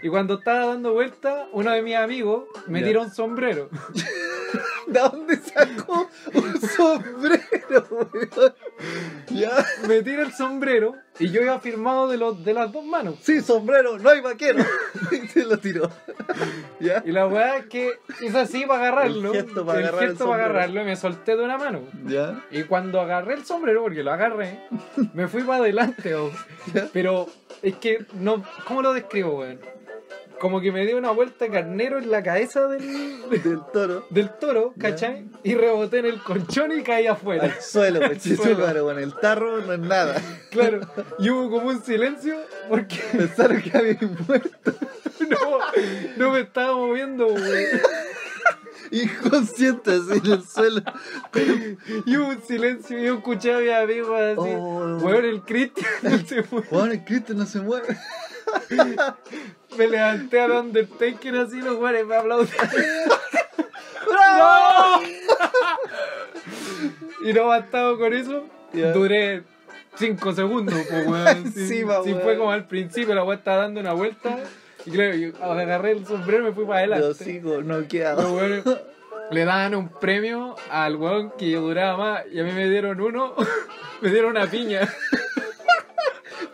Speaker 2: Y cuando estaba dando vuelta, uno de mis amigos me
Speaker 1: Ya.
Speaker 2: tiró un sombrero.
Speaker 1: ¿De dónde sacó un sombrero, weón? Ya.
Speaker 2: Me tira el sombrero y yo iba firmado de, los, de las dos manos.
Speaker 1: Sí, sombrero, no hay vaquero. Y se lo tiró. Ya.
Speaker 2: Y la weá es que hice así para agarrarlo.
Speaker 1: El gesto para agarrar el
Speaker 2: gesto
Speaker 1: sombrero.
Speaker 2: para agarrarlo y me solté de una mano.
Speaker 1: Ya.
Speaker 2: Y cuando agarré el sombrero, porque lo agarré, me fui para adelante, weón. Pero es que no. ¿Cómo lo describo, weón? Como que me dio una vuelta de carnero en la cabeza del,
Speaker 1: Del toro.
Speaker 2: del toro, ¿cachai? Y reboté en el colchón y caí afuera.
Speaker 1: Al suelo, pues, sí,
Speaker 2: suelo.
Speaker 1: claro, con el tarro no es nada.
Speaker 2: Claro. Y hubo como un silencio porque
Speaker 1: Pensaron que había muerto.
Speaker 2: no, no me estaba moviendo, weón.
Speaker 1: Inconsciente así en el suelo.
Speaker 2: Y hubo un silencio, y yo escuché a mi amigo así.
Speaker 1: Oh.
Speaker 2: Weón, el Cristian se fue.
Speaker 1: Juan, el Cristo no se mueve.
Speaker 2: Me levanté al Undertaker así, los weones me aplaudían.
Speaker 1: ¡Bravo!
Speaker 2: Y no bastado con eso,
Speaker 1: Ya.
Speaker 2: duré 5 segundos, pues, weón. Si,
Speaker 1: Sí, va,
Speaker 2: si
Speaker 1: weón.
Speaker 2: fue como al principio, la weá estaba dando una vuelta. Y claro, yo agarré el sombrero y me fui para
Speaker 1: Los
Speaker 2: adelante.
Speaker 1: hijos
Speaker 2: Los
Speaker 1: noqueados.
Speaker 2: weones le daban un premio al weón que duraba más. Y a mí me dieron uno, me dieron una piña.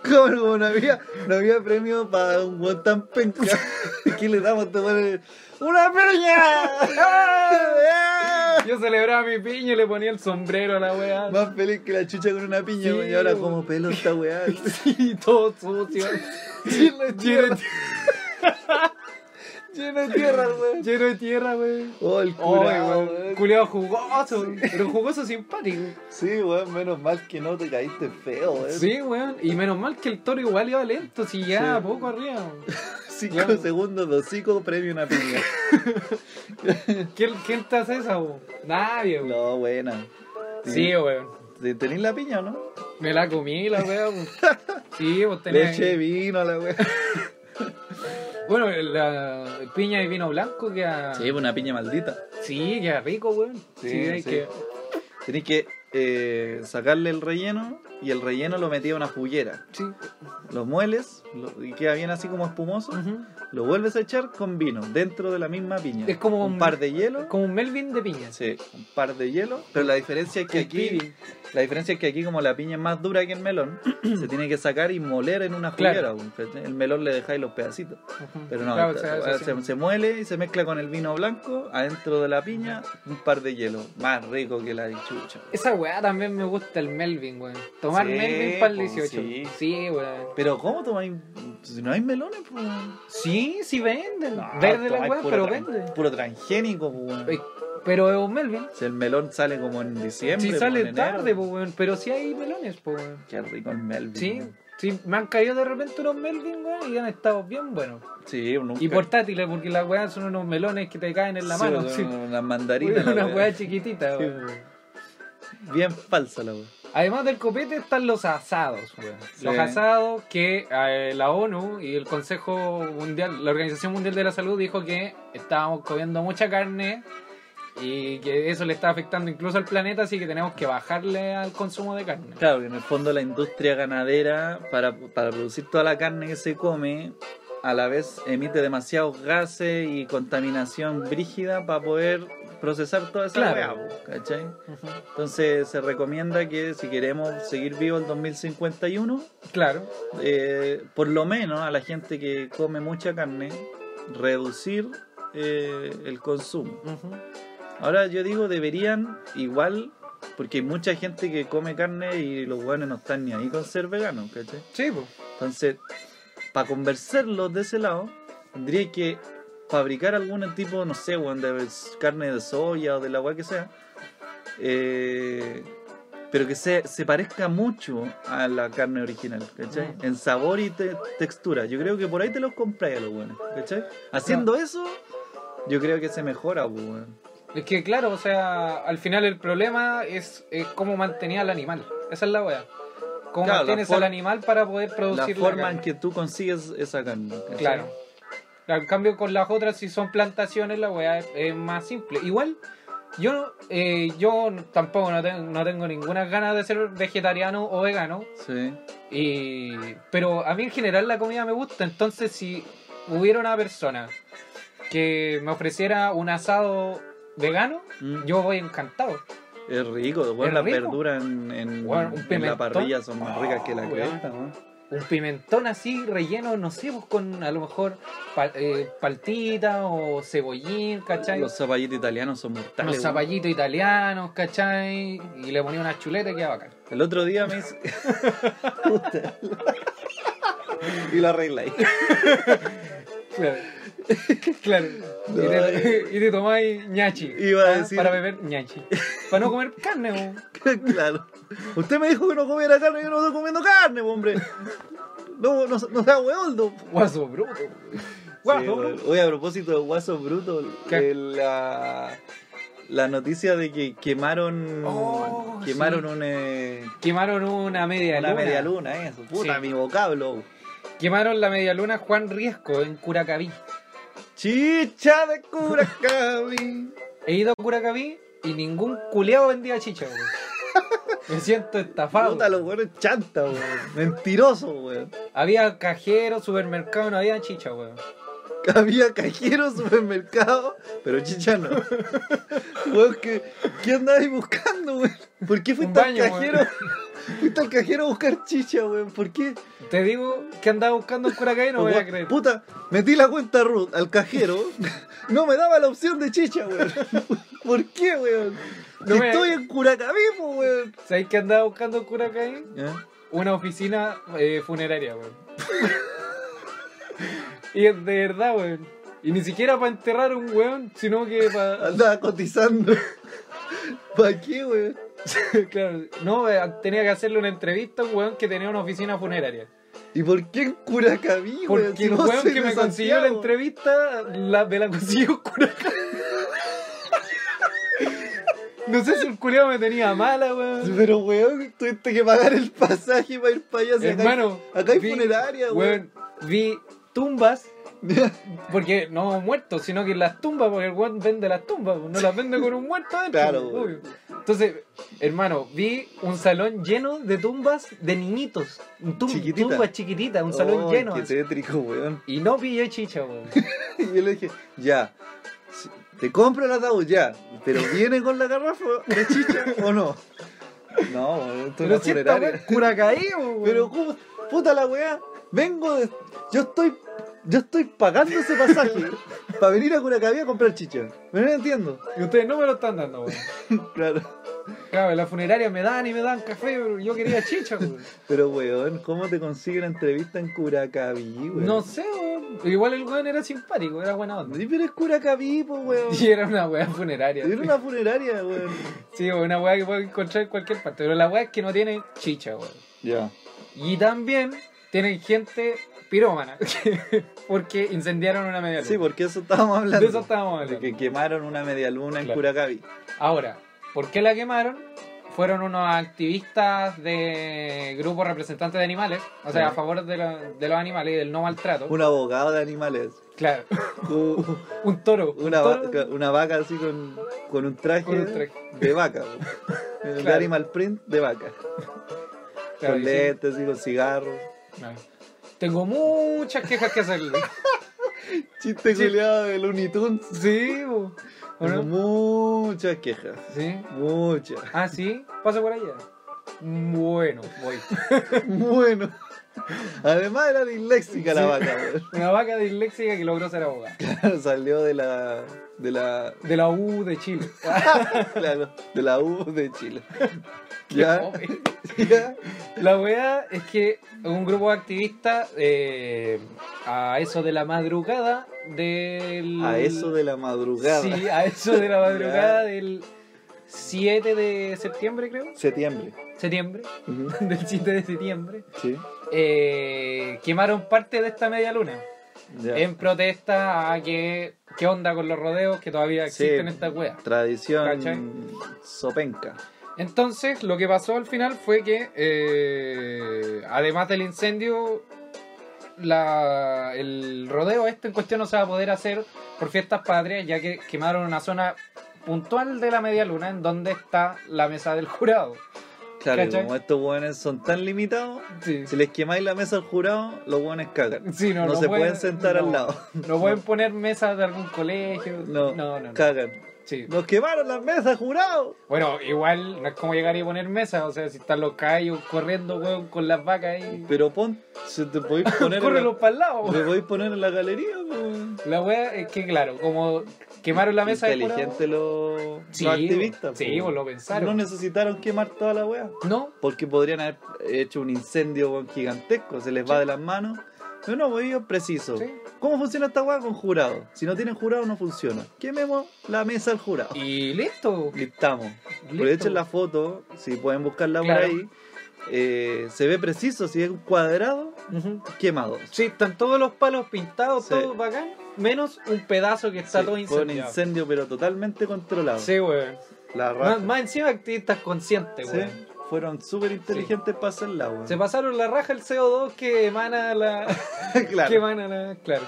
Speaker 1: Cabrón, como no había, no había premio para un weón tan penca. ¿Qué le damos? Te ponen ¡Una piña!
Speaker 2: Yo celebraba mi piña y le ponía el sombrero a la weá.
Speaker 1: Más feliz que la chucha con una piña,
Speaker 2: Sí,
Speaker 1: weón. Y ahora
Speaker 2: weón.
Speaker 1: como pelo esta weá.
Speaker 2: Sí, todo sucio.
Speaker 1: Lleno de tierra,
Speaker 2: Lleno de,
Speaker 1: lleno de tierra, weón.
Speaker 2: lleno de tierra, wey.
Speaker 1: Oh, el curado,
Speaker 2: Oye,
Speaker 1: weón.
Speaker 2: culiado jugoso, pero jugoso simpático.
Speaker 1: Sí, weón, menos mal que no te caíste feo, weón.
Speaker 2: Sí, weón. Y menos mal que el toro igual iba lento, si ya
Speaker 1: Sí.
Speaker 2: poco arriba. weón.
Speaker 1: Cinco
Speaker 2: Claro.
Speaker 1: segundos de hocico, premio una piña.
Speaker 2: ¿Quién, quién te hace esa, weón? Nadie, weón.
Speaker 1: No, buena.
Speaker 2: Sí, weón.
Speaker 1: Sí, ¿Tenés la piña o no?
Speaker 2: Me la comí, la weá, weón. Sí, vos tenés.
Speaker 1: Leche, vino, la weá.
Speaker 2: Bueno, la piña y vino blanco queda.
Speaker 1: Sí, una piña maldita.
Speaker 2: Sí, queda rico, weón.
Speaker 1: Sí,
Speaker 2: Sí, hay
Speaker 1: sí.
Speaker 2: que.
Speaker 1: Tenés que eh, sacarle el relleno y el relleno lo metí a una juguera.
Speaker 2: Sí.
Speaker 1: Lo mueles lo- y queda bien así como espumoso.
Speaker 2: Ujú.
Speaker 1: Lo vuelves a echar con vino dentro de la misma piña.
Speaker 2: Es como
Speaker 1: un
Speaker 2: un-
Speaker 1: par de hielo.
Speaker 2: Como un Melvin de piña.
Speaker 1: Sí, un par de hielo. Pero la diferencia es que
Speaker 2: Un
Speaker 1: aquí,
Speaker 2: pibi.
Speaker 1: la diferencia es que aquí como la piña es más dura que el melón, se tiene que sacar y moler en una juguera.
Speaker 2: Claro.
Speaker 1: ¿cachai? El melón le dejáis los pedacitos.
Speaker 2: Ujú.
Speaker 1: Pero no,
Speaker 2: Claro,
Speaker 1: esta-
Speaker 2: se hace
Speaker 1: esta-
Speaker 2: así.
Speaker 1: se, se muele y se mezcla con el vino blanco, adentro de la piña, un par de hielo. Más rico que la chucha.
Speaker 2: Esa weá también me gusta el Melvin, weón. Tomar
Speaker 1: Sí,
Speaker 2: Melvin para el
Speaker 1: pues,
Speaker 2: 18.
Speaker 1: sí.
Speaker 2: Sí, weón.
Speaker 1: Pero ¿cómo tomáis? Si no hay melones, pues.
Speaker 2: Sí, sí venden.
Speaker 1: No,
Speaker 2: Verde la
Speaker 1: tomáis
Speaker 2: weá,
Speaker 1: puro
Speaker 2: pero
Speaker 1: tran-
Speaker 2: vende.
Speaker 1: Puro transgénico, pues. weón.
Speaker 2: Ey, Pero es un Melvin.
Speaker 1: Si el melón sale como en diciembre.
Speaker 2: Si
Speaker 1: pues, en
Speaker 2: sale
Speaker 1: enero.
Speaker 2: tarde, pues, weón. Pero sí hay melones, pues, weón.
Speaker 1: Qué rico el melón.
Speaker 2: Sí, sí, me han caído de repente unos Melvin, weón, y han estado bien buenos.
Speaker 1: Sí, nunca.
Speaker 2: Y portátiles, porque las weas son unos melones que te caen en la
Speaker 1: Sí,
Speaker 2: mano.
Speaker 1: son
Speaker 2: sí.
Speaker 1: Unas mandarinas. la
Speaker 2: Una
Speaker 1: weá.
Speaker 2: wea chiquitita,
Speaker 1: Sí.
Speaker 2: weón.
Speaker 1: Bien falsa la weá.
Speaker 2: Además del copete están los asados, weón.
Speaker 1: Sí.
Speaker 2: Los asados que eh, la ONU y el Consejo Mundial, la Organización Mundial de la Salud dijo que estábamos comiendo mucha carne y que eso le está afectando incluso al planeta, así que tenemos que bajarle al consumo de carne.
Speaker 1: Claro, que en el fondo la industria ganadera, para, para producir toda la carne que se come, a la vez emite demasiados gases y contaminación brígida para poder procesar toda esa
Speaker 2: Claro.
Speaker 1: weá, po, ¿cachai?
Speaker 2: Ujú.
Speaker 1: Entonces se recomienda que si queremos seguir vivo el 2051,
Speaker 2: Claro,
Speaker 1: eh, por lo menos a la gente que come mucha carne, reducir eh, el consumo.
Speaker 2: ujú.
Speaker 1: Ahora yo digo, deberían igual, porque hay mucha gente que come carne y los hueones no están ni ahí con ser veganos, ¿cachai?
Speaker 2: sí, pues.
Speaker 1: Entonces, para convencerlos de ese lado, tendría que fabricar algún tipo, no sé, weón, de s- carne de soya o de la agua que sea, eh, pero que se, se parezca mucho a la carne original, ¿cachai?
Speaker 2: Mm.
Speaker 1: En sabor y te- textura. Yo creo que por ahí te los compráis a los buenos, ¿cachai? Haciendo
Speaker 2: Ah.
Speaker 1: eso, yo creo que se mejora, pues, weón.
Speaker 2: Es que claro, o sea, al final el problema es, es cómo mantenía al animal. Esa es la wea.
Speaker 1: Claro,
Speaker 2: Cómo
Speaker 1: la
Speaker 2: mantienes
Speaker 1: for-
Speaker 2: al animal para poder
Speaker 1: La
Speaker 2: producir la
Speaker 1: forma en
Speaker 2: carne.
Speaker 1: que tú consigues esa carne. ¿cachai?
Speaker 2: Claro. En cambio, con las otras, si son plantaciones, la weá es, es más simple. Igual, yo no- eh, yo no- tampoco no, ten- no tengo ninguna ganas de ser vegetariano o vegano.
Speaker 1: Sí.
Speaker 2: Y, pero a mí en general la comida me gusta. Entonces, si hubiera una persona que me ofreciera un asado vegano,
Speaker 1: Mm.
Speaker 2: yo voy encantado.
Speaker 1: Es rico, weón,
Speaker 2: Es
Speaker 1: las
Speaker 2: rico.
Speaker 1: verduras en, en,
Speaker 2: Weón, un
Speaker 1: en la
Speaker 2: pimentón.
Speaker 1: parrilla son más
Speaker 2: Oh,
Speaker 1: ricas que la
Speaker 2: weón.
Speaker 1: cresta, weón.
Speaker 2: Un pimentón así, relleno, no sé, pues, con a lo mejor pal- eh, paltita o cebollín, ¿cachai?
Speaker 1: Los zapallitos italianos son mortales. weón.
Speaker 2: Unos zapallitos italianos, ¿cachai? Y le ponía una chuleta y quedaba bacán.
Speaker 1: El otro día me hice. Puta. y lo arregláis.
Speaker 2: Claro. claro.
Speaker 1: No, eh.
Speaker 2: y, te, y te tomáis ñachi.
Speaker 1: Iba a
Speaker 2: ¿ah?
Speaker 1: decir-
Speaker 2: Para beber ñachi. Para no comer carne, bo.
Speaker 1: claro. Usted me dijo que no comiera carne, yo no estoy comiendo carne, hombre. No, no, no sea hueoldo.
Speaker 2: Guaso bruto. bo. Guaso
Speaker 1: Sí,
Speaker 2: bruto.
Speaker 1: weón. Oye, a propósito de guasos brutos,
Speaker 2: ¿Qué?
Speaker 1: eh, la, la noticia de que quemaron
Speaker 2: Oh,
Speaker 1: quemaron
Speaker 2: sí.
Speaker 1: un, eh,
Speaker 2: Quemaron una media
Speaker 1: una
Speaker 2: luna.
Speaker 1: media luna, eso. Puta,
Speaker 2: Sí.
Speaker 1: mi vocablo.
Speaker 2: Quemaron la media luna Juan Riesco en Curacaví.
Speaker 1: Chicha de Curacaví.
Speaker 2: He ido a Curacaví y ningún culeado vendía chicha, bo. Me siento estafado.
Speaker 1: Puta, los weones chanta, weón. Mentiroso, weón.
Speaker 2: Había cajero, supermercado, no había chicha, weón.
Speaker 1: Había cajero, supermercado, pero chicha no. Weón, ¿qué, qué andabais buscando, weón? ¿Por qué fuiste
Speaker 2: Un
Speaker 1: al
Speaker 2: baño,
Speaker 1: cajero? Fuiste al cajero a buscar chicha, weón. ¿Por qué?
Speaker 2: Te digo que andaba buscando un Curacay y no me voy a
Speaker 1: Weón,
Speaker 2: creer.
Speaker 1: Puta, metí la cuenta Ruth al cajero. No me daba la opción de chicha, weón. ¿Por qué, weón?
Speaker 2: No
Speaker 1: Si
Speaker 2: me-
Speaker 1: Estoy en Curacabipo, weón.
Speaker 2: ¿Sabes que andaba buscando un Curacay?
Speaker 1: ¿Eh?
Speaker 2: Una oficina eh, funeraria, weón. y es de verdad, weón. Y ni siquiera para enterrar un weón, sino que para.
Speaker 1: Andaba cotizando. ¿Para qué, weón?
Speaker 2: claro, no, eh, tenía que hacerle una entrevista a un weón que tenía una oficina funeraria.
Speaker 1: ¿Y por qué en Curacaví, weón?
Speaker 2: Porque
Speaker 1: Si
Speaker 2: el
Speaker 1: no
Speaker 2: weón
Speaker 1: soy
Speaker 2: que
Speaker 1: de
Speaker 2: me consiguió la
Speaker 1: Santiago.
Speaker 2: entrevista la, me la consiguió Curacao. No sé si el culiao me tenía mala, weón.
Speaker 1: Pero, weón, tuviste que pagar el pasaje para ir para allá. si acá hay-
Speaker 2: Hermano,
Speaker 1: acá hay
Speaker 2: vi-
Speaker 1: funeraria, weón.
Speaker 2: weón. Vi tumbas, porque no muertos, sino que las tumbas, porque el weón vende las tumbas, pues, no las vende con un muerto adentro. pues,
Speaker 1: Claro,
Speaker 2: obvio.
Speaker 1: weón.
Speaker 2: Entonces, hermano, vi un salón lleno de tumbas de niñitos. Un tum-
Speaker 1: Chiquitita.
Speaker 2: Tumbas chiquititas, un salón
Speaker 1: Oh,
Speaker 2: lleno.
Speaker 1: Qué
Speaker 2: así.
Speaker 1: tétrico, weón.
Speaker 2: Y no pillé chicha, weón.
Speaker 1: Y yo le dije, ya, si- te compro el ataúd ya, pero viene con la garrafa de chicha o no. No, weón, esto es
Speaker 2: Pero
Speaker 1: una
Speaker 2: si esta weá
Speaker 1: funeraria.
Speaker 2: es Curacaí, weón.
Speaker 1: Pero, ¿cómo? Puta la weá, vengo de. Yo estoy. Yo estoy pagando ese pasaje para venir a Curacaví a comprar chicha. No lo entiendo.
Speaker 2: Y ustedes no me lo están dando, weón.
Speaker 1: Claro.
Speaker 2: Claro, en la funeraria me dan y me dan café, pero yo quería chicha, weón.
Speaker 1: Pero, weón, ¿cómo te consigue la entrevista en Curacaví, weón?
Speaker 2: No sé, weón. Igual el weón era simpático, era buena onda.
Speaker 1: Sí, Pero es Curacaví, pues, weón.
Speaker 2: Y era una weá funeraria.
Speaker 1: Era una funeraria, weón.
Speaker 2: Sí, weón, una weá que puedes encontrar en cualquier parte. Pero la weá es que no tiene chicha, weón.
Speaker 1: Ya.
Speaker 2: Y también tienen gente pirómana. Porque incendiaron una media luna.
Speaker 1: Sí, pues, porque eso estábamos hablando.
Speaker 2: De eso estábamos
Speaker 1: De
Speaker 2: hablando.
Speaker 1: que quemaron una media luna en
Speaker 2: Claro.
Speaker 1: Curacaví.
Speaker 2: Ahora, ¿por qué la quemaron? Fueron unos activistas de grupos representantes de animales, o sea,
Speaker 1: Ya.
Speaker 2: a favor de, la- de los animales y del no maltrato.
Speaker 1: Un abogado de animales.
Speaker 2: Claro,
Speaker 1: U-
Speaker 2: un toro. un
Speaker 1: Una,
Speaker 2: toro
Speaker 1: vaca, una vaca así con, con un traje
Speaker 2: con un traje.
Speaker 1: de vaca. po. De
Speaker 2: Claro.
Speaker 1: animal print de vaca.
Speaker 2: Claro,
Speaker 1: con
Speaker 2: y
Speaker 1: lentes y con cigarros.
Speaker 2: sí. Claro. Tengo muchas quejas que hacerle.
Speaker 1: Chiste
Speaker 2: Sí.
Speaker 1: culiado de Looney Tunes.
Speaker 2: sí, bo. ¿O
Speaker 1: Tengo
Speaker 2: no?
Speaker 1: muchas quejas.
Speaker 2: Sí.
Speaker 1: Muchas.
Speaker 2: Ah, sí, pasa por allá. Bueno, voy.
Speaker 1: bueno. Además era disléxica la
Speaker 2: Sí.
Speaker 1: vaca. weón.
Speaker 2: Una vaca disléxica que logró ser abogada.
Speaker 1: Claro, salió de la. de la.
Speaker 2: De la U de Chile.
Speaker 1: claro, de la U de Chile.
Speaker 2: Qué
Speaker 1: ¿Ya?
Speaker 2: fome.
Speaker 1: ¿Ya?
Speaker 2: La weá es que un grupo de activistas eh, a eso de la madrugada del...
Speaker 1: A eso de la madrugada.
Speaker 2: Sí, a eso de la
Speaker 1: Ya.
Speaker 2: madrugada del 7 de septiembre, creo.
Speaker 1: Septiembre.
Speaker 2: Septiembre. Del 7 de septiembre.
Speaker 1: Sí.
Speaker 2: eh, quemaron parte de esta media luna.
Speaker 1: Ya.
Speaker 2: En protesta a que... ¿Qué onda con los rodeos que todavía
Speaker 1: Sí.
Speaker 2: existen estas weas?
Speaker 1: Tradición
Speaker 2: ¿Cachai?
Speaker 1: sopenca.
Speaker 2: Entonces, lo que pasó al final fue que, eh, además del incendio, la- el rodeo este en cuestión no se va a poder hacer por fiestas patrias, ya que quemaron una zona puntual de la media luna en donde está la mesa del jurado.
Speaker 1: Claro, y
Speaker 2: ¿Cachai?
Speaker 1: como estos hueones son tan limitados,
Speaker 2: Sí,
Speaker 1: si les quemáis la mesa al jurado, los hueones cagan.
Speaker 2: Sí, no,
Speaker 1: no,
Speaker 2: no
Speaker 1: se
Speaker 2: pueden-
Speaker 1: pueden, sentar
Speaker 2: no.
Speaker 1: al lado.
Speaker 2: no pueden poner mesas de algún colegio.
Speaker 1: No,
Speaker 2: no, no. no.
Speaker 1: Cagan.
Speaker 2: Sí.
Speaker 1: Nos quemaron las mesas, jurado.
Speaker 2: Bueno, igual no es como llegar y poner mesas, o sea, si están los callos corriendo, weón, con las vacas ahí.
Speaker 1: Pero pon, se te podéis poner, en la,
Speaker 2: Córrelos para el lado, weón.
Speaker 1: te podéis poner en la galería. po.
Speaker 2: La wea es que, claro, como quemaron la mesa de
Speaker 1: Inteligente los,
Speaker 2: jurado- sí,
Speaker 1: los activistas.
Speaker 2: Sí,
Speaker 1: po.
Speaker 2: pues lo pensaron.
Speaker 1: No
Speaker 2: No,
Speaker 1: necesitaron quemar toda la wea. porque podrían haber hecho un incendio weón, gigantesco, se les va
Speaker 2: Sí.
Speaker 1: de las manos. Pero no, pues ellos preciso.
Speaker 2: sí.
Speaker 1: ¿Cómo funciona esta weá con jurado? Si no tienen jurado no funciona. Quememos la mesa al jurado. Y
Speaker 2: Y listo.
Speaker 1: listamos. Por
Speaker 2: listo.
Speaker 1: hecho en la foto, si pueden buscarla
Speaker 2: Claro.
Speaker 1: por ahí, eh, se ve preciso, si es un cuadrado,
Speaker 2: Ujú.
Speaker 1: quemado.
Speaker 2: Sí, están todos los palos pintados,
Speaker 1: Sí.
Speaker 2: todo bacán, menos un pedazo que está
Speaker 1: Sí, fue
Speaker 2: todo
Speaker 1: un
Speaker 2: incendiado.
Speaker 1: incendio pero totalmente controlado.
Speaker 2: Sí, weón.
Speaker 1: La raja.
Speaker 2: Más, más encima activistas conscientes,
Speaker 1: Sí,
Speaker 2: weón.
Speaker 1: Fueron súper inteligentes para hacerla, weón.
Speaker 2: Se pasaron la raja el CO2 que emana la...
Speaker 1: claro.
Speaker 2: que emana la... Claro.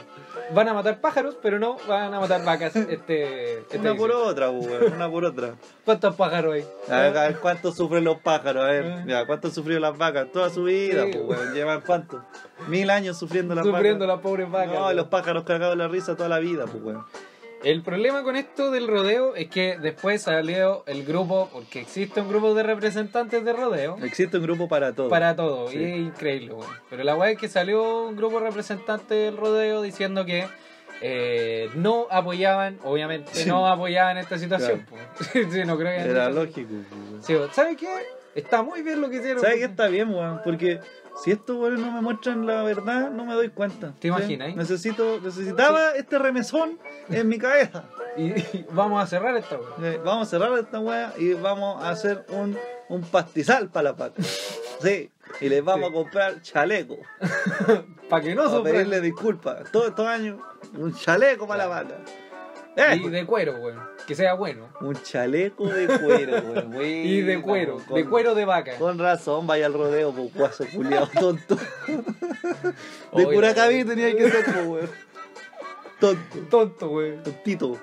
Speaker 2: Van a matar pájaros, pero no van a matar vacas. Este, este
Speaker 1: Una por
Speaker 2: dice.
Speaker 1: otra, weón. Una por otra.
Speaker 2: ¿Cuántos pájaros hay?
Speaker 1: A ver, a ver, cuánto sufren los pájaros, a
Speaker 2: Ah.
Speaker 1: ver, ya, cuánto sufrieron las vacas toda su vida,
Speaker 2: Sí.
Speaker 1: pues, weón, llevan cuánto, mil años sufriendo las
Speaker 2: Sufriendo
Speaker 1: vacas.
Speaker 2: las pobres vacas.
Speaker 1: no,
Speaker 2: weón.
Speaker 1: los pájaros cagados de la risa toda la vida, pues weón.
Speaker 2: El problema con esto del rodeo es que después salió el grupo, porque existe un grupo de representantes de rodeo
Speaker 1: Existe un grupo para todo.
Speaker 2: para todo,
Speaker 1: Sí.
Speaker 2: y es increíble, weón. Pero la weá es que salió un grupo representante del rodeo diciendo que eh, no apoyaban, obviamente,
Speaker 1: Sí.
Speaker 2: no apoyaban esta situación. po. Sí, no creo que hayan
Speaker 1: Era
Speaker 2: dicho-
Speaker 1: lógico. pues.
Speaker 2: Sí, weón. ¿Sabes qué? Está muy bien lo que hicieron.
Speaker 1: ¿Sabes qué está bien, weón? Porque si estos weones no me muestran la verdad, no me doy cuenta.
Speaker 2: ¿Te imaginas, eh?
Speaker 1: Necesito, necesitaba este remesón en mi cabeza.
Speaker 2: Y, y vamos a cerrar esta weá.
Speaker 1: Eh, vamos a cerrar esta weá y vamos a hacer un, un pastizal para la pata. Sí. Y les vamos
Speaker 2: Sí.
Speaker 1: a comprar chaleco.
Speaker 2: Para que no
Speaker 1: Para
Speaker 2: sufran.
Speaker 1: pedirle disculpas. Todos estos años, un chaleco para la pata. Eh,
Speaker 2: Y de cuero, weón. Que sea bueno.
Speaker 1: Un chaleco de cuero, weón.
Speaker 2: Y de
Speaker 1: Bueno,
Speaker 2: cuero,
Speaker 1: con-
Speaker 2: de cuero de vaca.
Speaker 1: Con razón, vaya al rodeo, pues guaso culiado tonto. De
Speaker 2: Oye,
Speaker 1: Curacaví tenía que ser, pues, weón. Tonto,
Speaker 2: Tonto, weón.
Speaker 1: tontito.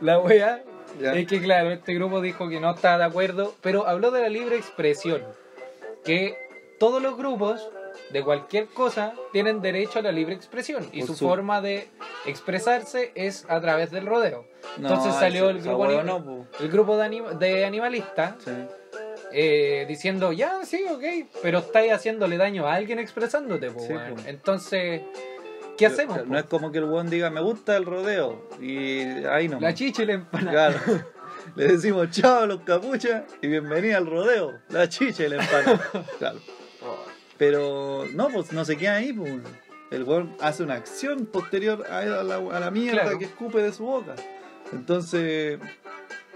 Speaker 2: La weá
Speaker 1: Ya.
Speaker 2: es que, claro, este grupo dijo que no está de acuerdo, pero habló de la libre expresión. Que todos los grupos de cualquier cosa tienen derecho a la libre expresión y
Speaker 1: Por
Speaker 2: su
Speaker 1: su-
Speaker 2: forma de expresarse es a través del rodeo. Entonces salió el
Speaker 1: esa
Speaker 2: grupo
Speaker 1: weá
Speaker 2: libre.
Speaker 1: no, pues.
Speaker 2: El grupo de, anim- de animalistas
Speaker 1: Sí.
Speaker 2: eh, diciendo, ya, sí, ok, pero estáis haciéndole daño a alguien expresándote, po,
Speaker 1: Sí,
Speaker 2: weón".
Speaker 1: po.
Speaker 2: Entonces, ¿qué hacemos?
Speaker 1: No
Speaker 2: po?
Speaker 1: es como que el weón diga, me gusta el rodeo. Y ahí no.
Speaker 2: La chicha y la empanada.
Speaker 1: Claro. Le decimos chao a los capuchas y bienvenida al rodeo. La chicha y la empanada. claro. Pero no, pues no se queda ahí, pues. El weón hace una acción posterior a a la, a la mierda
Speaker 2: Claro.
Speaker 1: que escupe de su boca. Entonces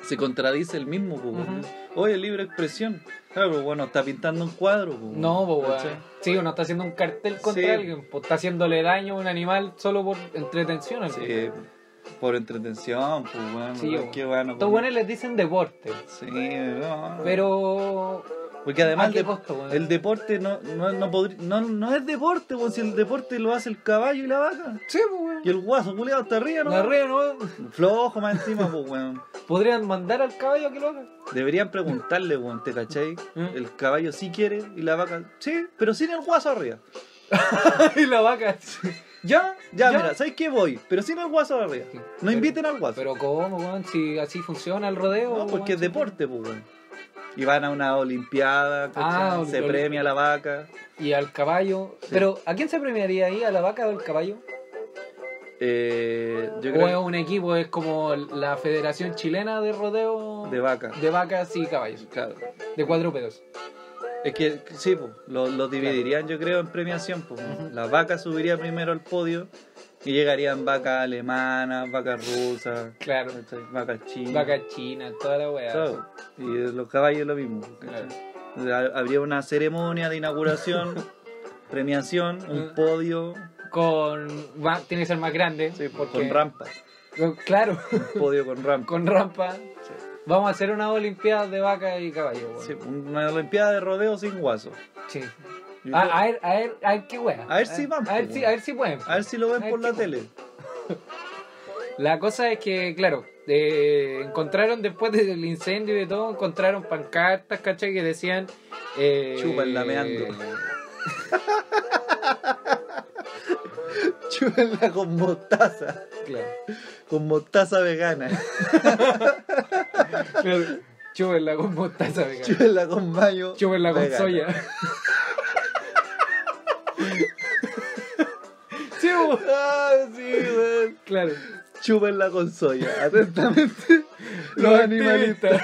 Speaker 1: se contradice el mismo, pues. weón.
Speaker 2: Ujú.
Speaker 1: Oye, libre expresión. Claro, pues bueno, está pintando un cuadro, pues.
Speaker 2: No, po, weón.
Speaker 1: ¿Cachai?
Speaker 2: Sí, uno está haciendo un cartel contra
Speaker 1: Sí.
Speaker 2: alguien, po, está haciéndole daño a un animal solo por entretención. al final.
Speaker 1: Sí, por entretención, pues bueno,
Speaker 2: Sí, weón.
Speaker 1: qué bueno.
Speaker 2: Estos
Speaker 1: pues.
Speaker 2: weones les dicen deporte,
Speaker 1: Sí, no, no.
Speaker 2: pero.
Speaker 1: Porque además
Speaker 2: ¿A
Speaker 1: el
Speaker 2: Ah, qué
Speaker 1: dep-
Speaker 2: costo, weón?
Speaker 1: el deporte no, no, no, podri- no, no es deporte, pues, si el deporte lo hace el caballo y la vaca.
Speaker 2: Sí, po, weón.
Speaker 1: Y el guaso culeado está arriba, ¿no?
Speaker 2: La rea, ¿no?
Speaker 1: Flojo más encima, pues, weón.
Speaker 2: Podrían mandar al caballo a que lo haga.
Speaker 1: Deberían preguntarle, weón, ¿te cachai?
Speaker 2: ¿Mm?
Speaker 1: El caballo sí quiere y la vaca sí, pero sin el guaso arriba.
Speaker 2: y la vaca. ¿Ya?
Speaker 1: Ya, mira, ¿sabes qué voy? Pero sin el guaso arriba. No
Speaker 2: Pero-
Speaker 1: inviten al guaso.
Speaker 2: Pero ¿cómo, weón? Si así funciona el rodeo.
Speaker 1: no, porque
Speaker 2: weón,
Speaker 1: es
Speaker 2: sí.
Speaker 1: deporte, pues, weón. Y van a una olimpiada,
Speaker 2: Ah,
Speaker 1: ¿cachai? se
Speaker 2: ol-
Speaker 1: premia la vaca.
Speaker 2: Y al caballo. Pero, ¿a quién se premiaría ahí? ¿A la vaca o al caballo?
Speaker 1: Eh, yo
Speaker 2: O es
Speaker 1: creo
Speaker 2: un equipo, es como la Federación Chilena de Rodeo
Speaker 1: de vaca.
Speaker 2: de vacas y caballos.
Speaker 1: Claro.
Speaker 2: De cuadrúpedos.
Speaker 1: Es que sí, po, lo, lo dividirían yo creo en premiación. po. La vaca subiría primero al podio y llegarían vacas alemanas, vacas rusas,
Speaker 2: Claro.
Speaker 1: ¿cachai? vacas chinas.
Speaker 2: Vaca china, toda la weá.
Speaker 1: todo. Y eh, los caballos lo mismo. ¿cachai? O sea, Habría una ceremonia de inauguración, premiación, un
Speaker 2: Mm.
Speaker 1: podio
Speaker 2: Con. va- tiene que ser más grande.
Speaker 1: sí, po,
Speaker 2: porque-
Speaker 1: con rampa.
Speaker 2: con- Claro,
Speaker 1: Un podio con rampa.
Speaker 2: con rampa.
Speaker 1: Sí.
Speaker 2: Vamos a hacer una olimpiada de vaca y caballo, weón.
Speaker 1: Sí, una olimpiada de rodeo sin guaso.
Speaker 2: Sí.
Speaker 1: Yo
Speaker 2: A,
Speaker 1: creo-
Speaker 2: a ver, a ver, a ver qué wea.
Speaker 1: A ver si van,
Speaker 2: A ver
Speaker 1: po,
Speaker 2: si,
Speaker 1: weón.
Speaker 2: a ver si pueden.
Speaker 1: a ver si lo
Speaker 2: a
Speaker 1: ven
Speaker 2: ver
Speaker 1: por
Speaker 2: qué
Speaker 1: la
Speaker 2: pasa.
Speaker 1: tele.
Speaker 2: La cosa es que, claro, eh, encontraron después del incendio y todo, encontraron pancartas, ¿cachai? Que decían... Eh,
Speaker 1: Chupan lameando. Chúvenla con mostaza.
Speaker 2: Claro.
Speaker 1: con mostaza vegana,
Speaker 2: claro. Chúpenla con mostaza, vegana.
Speaker 1: chúvenla con mayo.
Speaker 2: Chúpenla con
Speaker 1: vegana.
Speaker 2: soya. sí, bo-
Speaker 1: Ah, sí, weón.
Speaker 2: claro.
Speaker 1: Chúvenla con soya. Atentamente, los animalistas.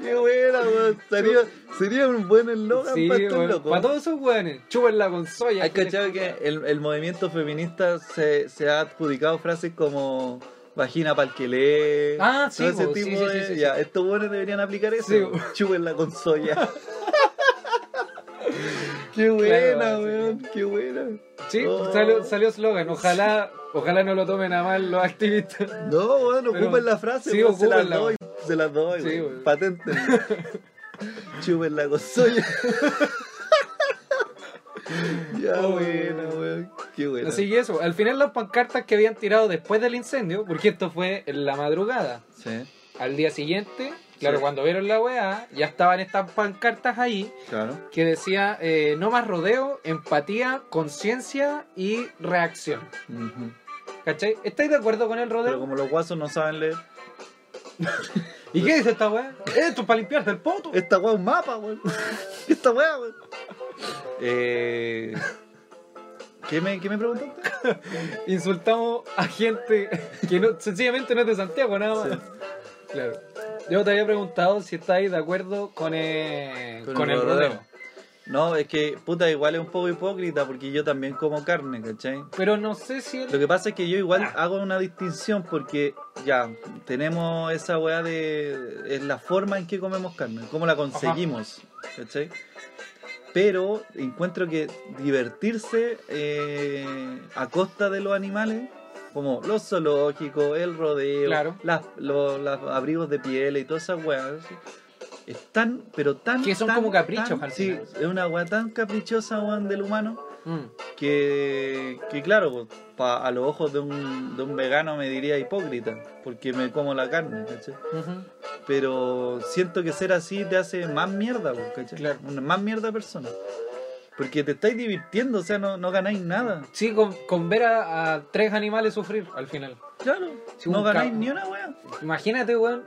Speaker 1: Qué buena, weón. Sería, sería un buen eslogan este
Speaker 2: Sí,
Speaker 1: para estos
Speaker 2: weón.
Speaker 1: locos.
Speaker 2: Para todos esos weones, chúpenla con soya.
Speaker 1: Hay cachado que el, el movimiento feminista se, se ha adjudicado frases como vagina pa'l que lee.
Speaker 2: Ah, sí,
Speaker 1: todo ese
Speaker 2: po, sí,
Speaker 1: tipo
Speaker 2: sí,
Speaker 1: de.
Speaker 2: sí, sí,
Speaker 1: ya, estos buenos deberían aplicar eso.
Speaker 2: Sí, po.
Speaker 1: Chúvenla con soya. Qué buena,
Speaker 2: Claro, sí.
Speaker 1: weón. Qué buena.
Speaker 2: Sí,
Speaker 1: Oh.
Speaker 2: salió salió eslogan. Ojalá, ojalá no lo tomen a mal los activistas.
Speaker 1: No, bueno,
Speaker 2: Pero-
Speaker 1: ocupen la frase,
Speaker 2: sí,
Speaker 1: weón, se las
Speaker 2: ocúpenla,
Speaker 1: doy, se las doy,
Speaker 2: Sí,
Speaker 1: weón.
Speaker 2: weón.
Speaker 1: patenten. Chupen la soya. ya,
Speaker 2: Oh.
Speaker 1: buena, weón. Qué buena.
Speaker 2: Así que eso, al final las pancartas que habían tirado después del incendio, porque esto fue en la madrugada,
Speaker 1: Sí.
Speaker 2: al día siguiente Claro,
Speaker 1: Sí.
Speaker 2: cuando vieron la weá, ya estaban estas pancartas ahí
Speaker 1: Claro.
Speaker 2: que decía eh, no más rodeo, empatía, conciencia y reacción.
Speaker 1: Ujú.
Speaker 2: ¿Cachai? ¿Estáis de acuerdo con el
Speaker 1: Pero
Speaker 2: rodeo?
Speaker 1: como los guasos no saben leer,
Speaker 2: ¿Y qué dice esta weá? "Eh, Esto es para limpiarte el poto.
Speaker 1: esta weá es un mapa, weón. Esta weá, weón. Eh, ¿qué, me, ¿Qué me preguntaste?
Speaker 2: Insultamos a gente que no, sencillamente no es de Santiago, nada más. Claro. Yo te había preguntado si estáis de acuerdo con el,
Speaker 1: Con
Speaker 2: con,
Speaker 1: el
Speaker 2: el
Speaker 1: rodeo.
Speaker 2: rodeo.
Speaker 1: No, es que, puta, igual es un poco hipócrita porque yo también como carne, ¿cachai?
Speaker 2: Pero no sé si el-
Speaker 1: Lo que pasa es que yo igual
Speaker 2: Ah.
Speaker 1: hago una distinción porque ya tenemos esa weá de es la forma en que comemos carne, cómo la conseguimos, ¿cachai? Pero encuentro que divertirse eh, a costa de los animales, como los zoológicos, el rodeo,
Speaker 2: Claro.
Speaker 1: las, los, los abrigos de piel y todas esas weas, es tan, pero tan...
Speaker 2: Que son
Speaker 1: tan,
Speaker 2: como caprichos,
Speaker 1: tan-
Speaker 2: al
Speaker 1: Sí,
Speaker 2: final.
Speaker 1: es una weá tan caprichosa, weón, del humano
Speaker 2: Mm.
Speaker 1: que, que claro, pues, pa- a los ojos de un, de un vegano me diría hipócrita, porque me como la carne, ¿cachai?
Speaker 2: Ujú.
Speaker 1: Pero siento que ser así te hace más mierda, pues, ¿cachai?
Speaker 2: Claro.
Speaker 1: Una más mierda persona. Porque te estáis divirtiendo, o sea, no, no ganáis nada.
Speaker 2: Sí, con, con ver a, a tres animales sufrir al final.
Speaker 1: Claro,
Speaker 2: Sí,
Speaker 1: no
Speaker 2: un
Speaker 1: ganáis
Speaker 2: ca-
Speaker 1: ni una wea.
Speaker 2: Imagínate, weón,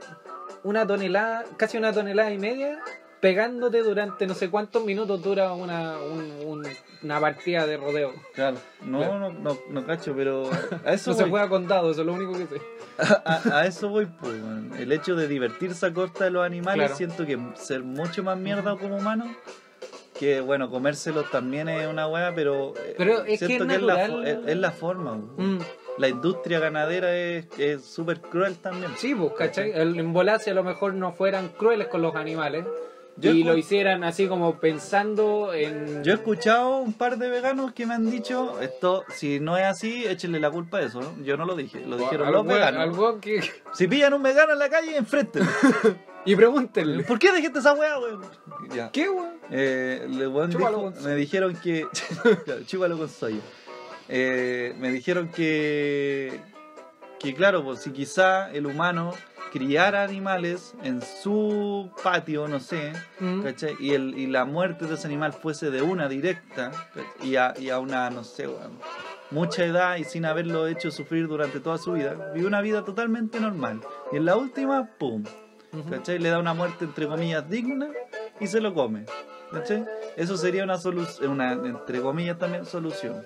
Speaker 2: una tonelada, casi una tonelada y media, pegándote durante no sé cuántos minutos dura una, un- un- una partida de rodeo.
Speaker 1: Claro, no,
Speaker 2: Claro.
Speaker 1: No, no, no cacho, pero a eso
Speaker 2: Eso se
Speaker 1: voy.
Speaker 2: juega con dados, eso es lo único que sé.
Speaker 1: A, a eso voy, pues, weón. El hecho de divertirse a costa de los animales,
Speaker 2: Claro.
Speaker 1: siento que ser mucho más mierda como humano. Que bueno, comérselos también es una weá, pero, eh,
Speaker 2: Pero es que
Speaker 1: siento
Speaker 2: es
Speaker 1: es, la, fo-
Speaker 2: natural.
Speaker 1: es, es la forma. weón.
Speaker 2: Mm,
Speaker 1: La industria ganadera es es súper cruel también.
Speaker 2: Sí, pues, ¿cachai? El, en bola, si a lo mejor no fueran crueles con los animales
Speaker 1: Yo
Speaker 2: y
Speaker 1: escu-
Speaker 2: lo hicieran así como pensando en...
Speaker 1: Yo he escuchado un par de veganos que me han dicho, esto, si no es así, échenle la culpa a eso. ¿no? Yo no lo dije, lo dijeron
Speaker 2: al
Speaker 1: los
Speaker 2: weón-
Speaker 1: veganos.
Speaker 2: al weón que-
Speaker 1: Si pillan un vegano en la calle, enfréntenlo.
Speaker 2: Y pregúntenle,
Speaker 1: ¿Por qué dejaste esa weá, weón? Ya.
Speaker 2: ¿qué, weón?
Speaker 1: Eh, le- weón
Speaker 2: Chúpalo
Speaker 1: dijo-
Speaker 2: con soya.
Speaker 1: me dijeron que. Claro, chúpalo con soya. Eh, me dijeron que. Que claro, pues si quizá el humano criara animales en su patio, no sé,
Speaker 2: Mm.
Speaker 1: ¿cachai? Y, el, y la muerte de ese animal fuese de una directa ¿cachai? y a, y a una, no sé, weón, mucha edad y sin haberlo hecho sufrir durante toda su vida, vivió una vida totalmente normal. Y en la última, ¡pum!
Speaker 2: Ujú.
Speaker 1: ¿cachai? Le da una muerte entre comillas digna y se lo come. ¿Cachai? Eso sería una solución, una entre comillas también solución.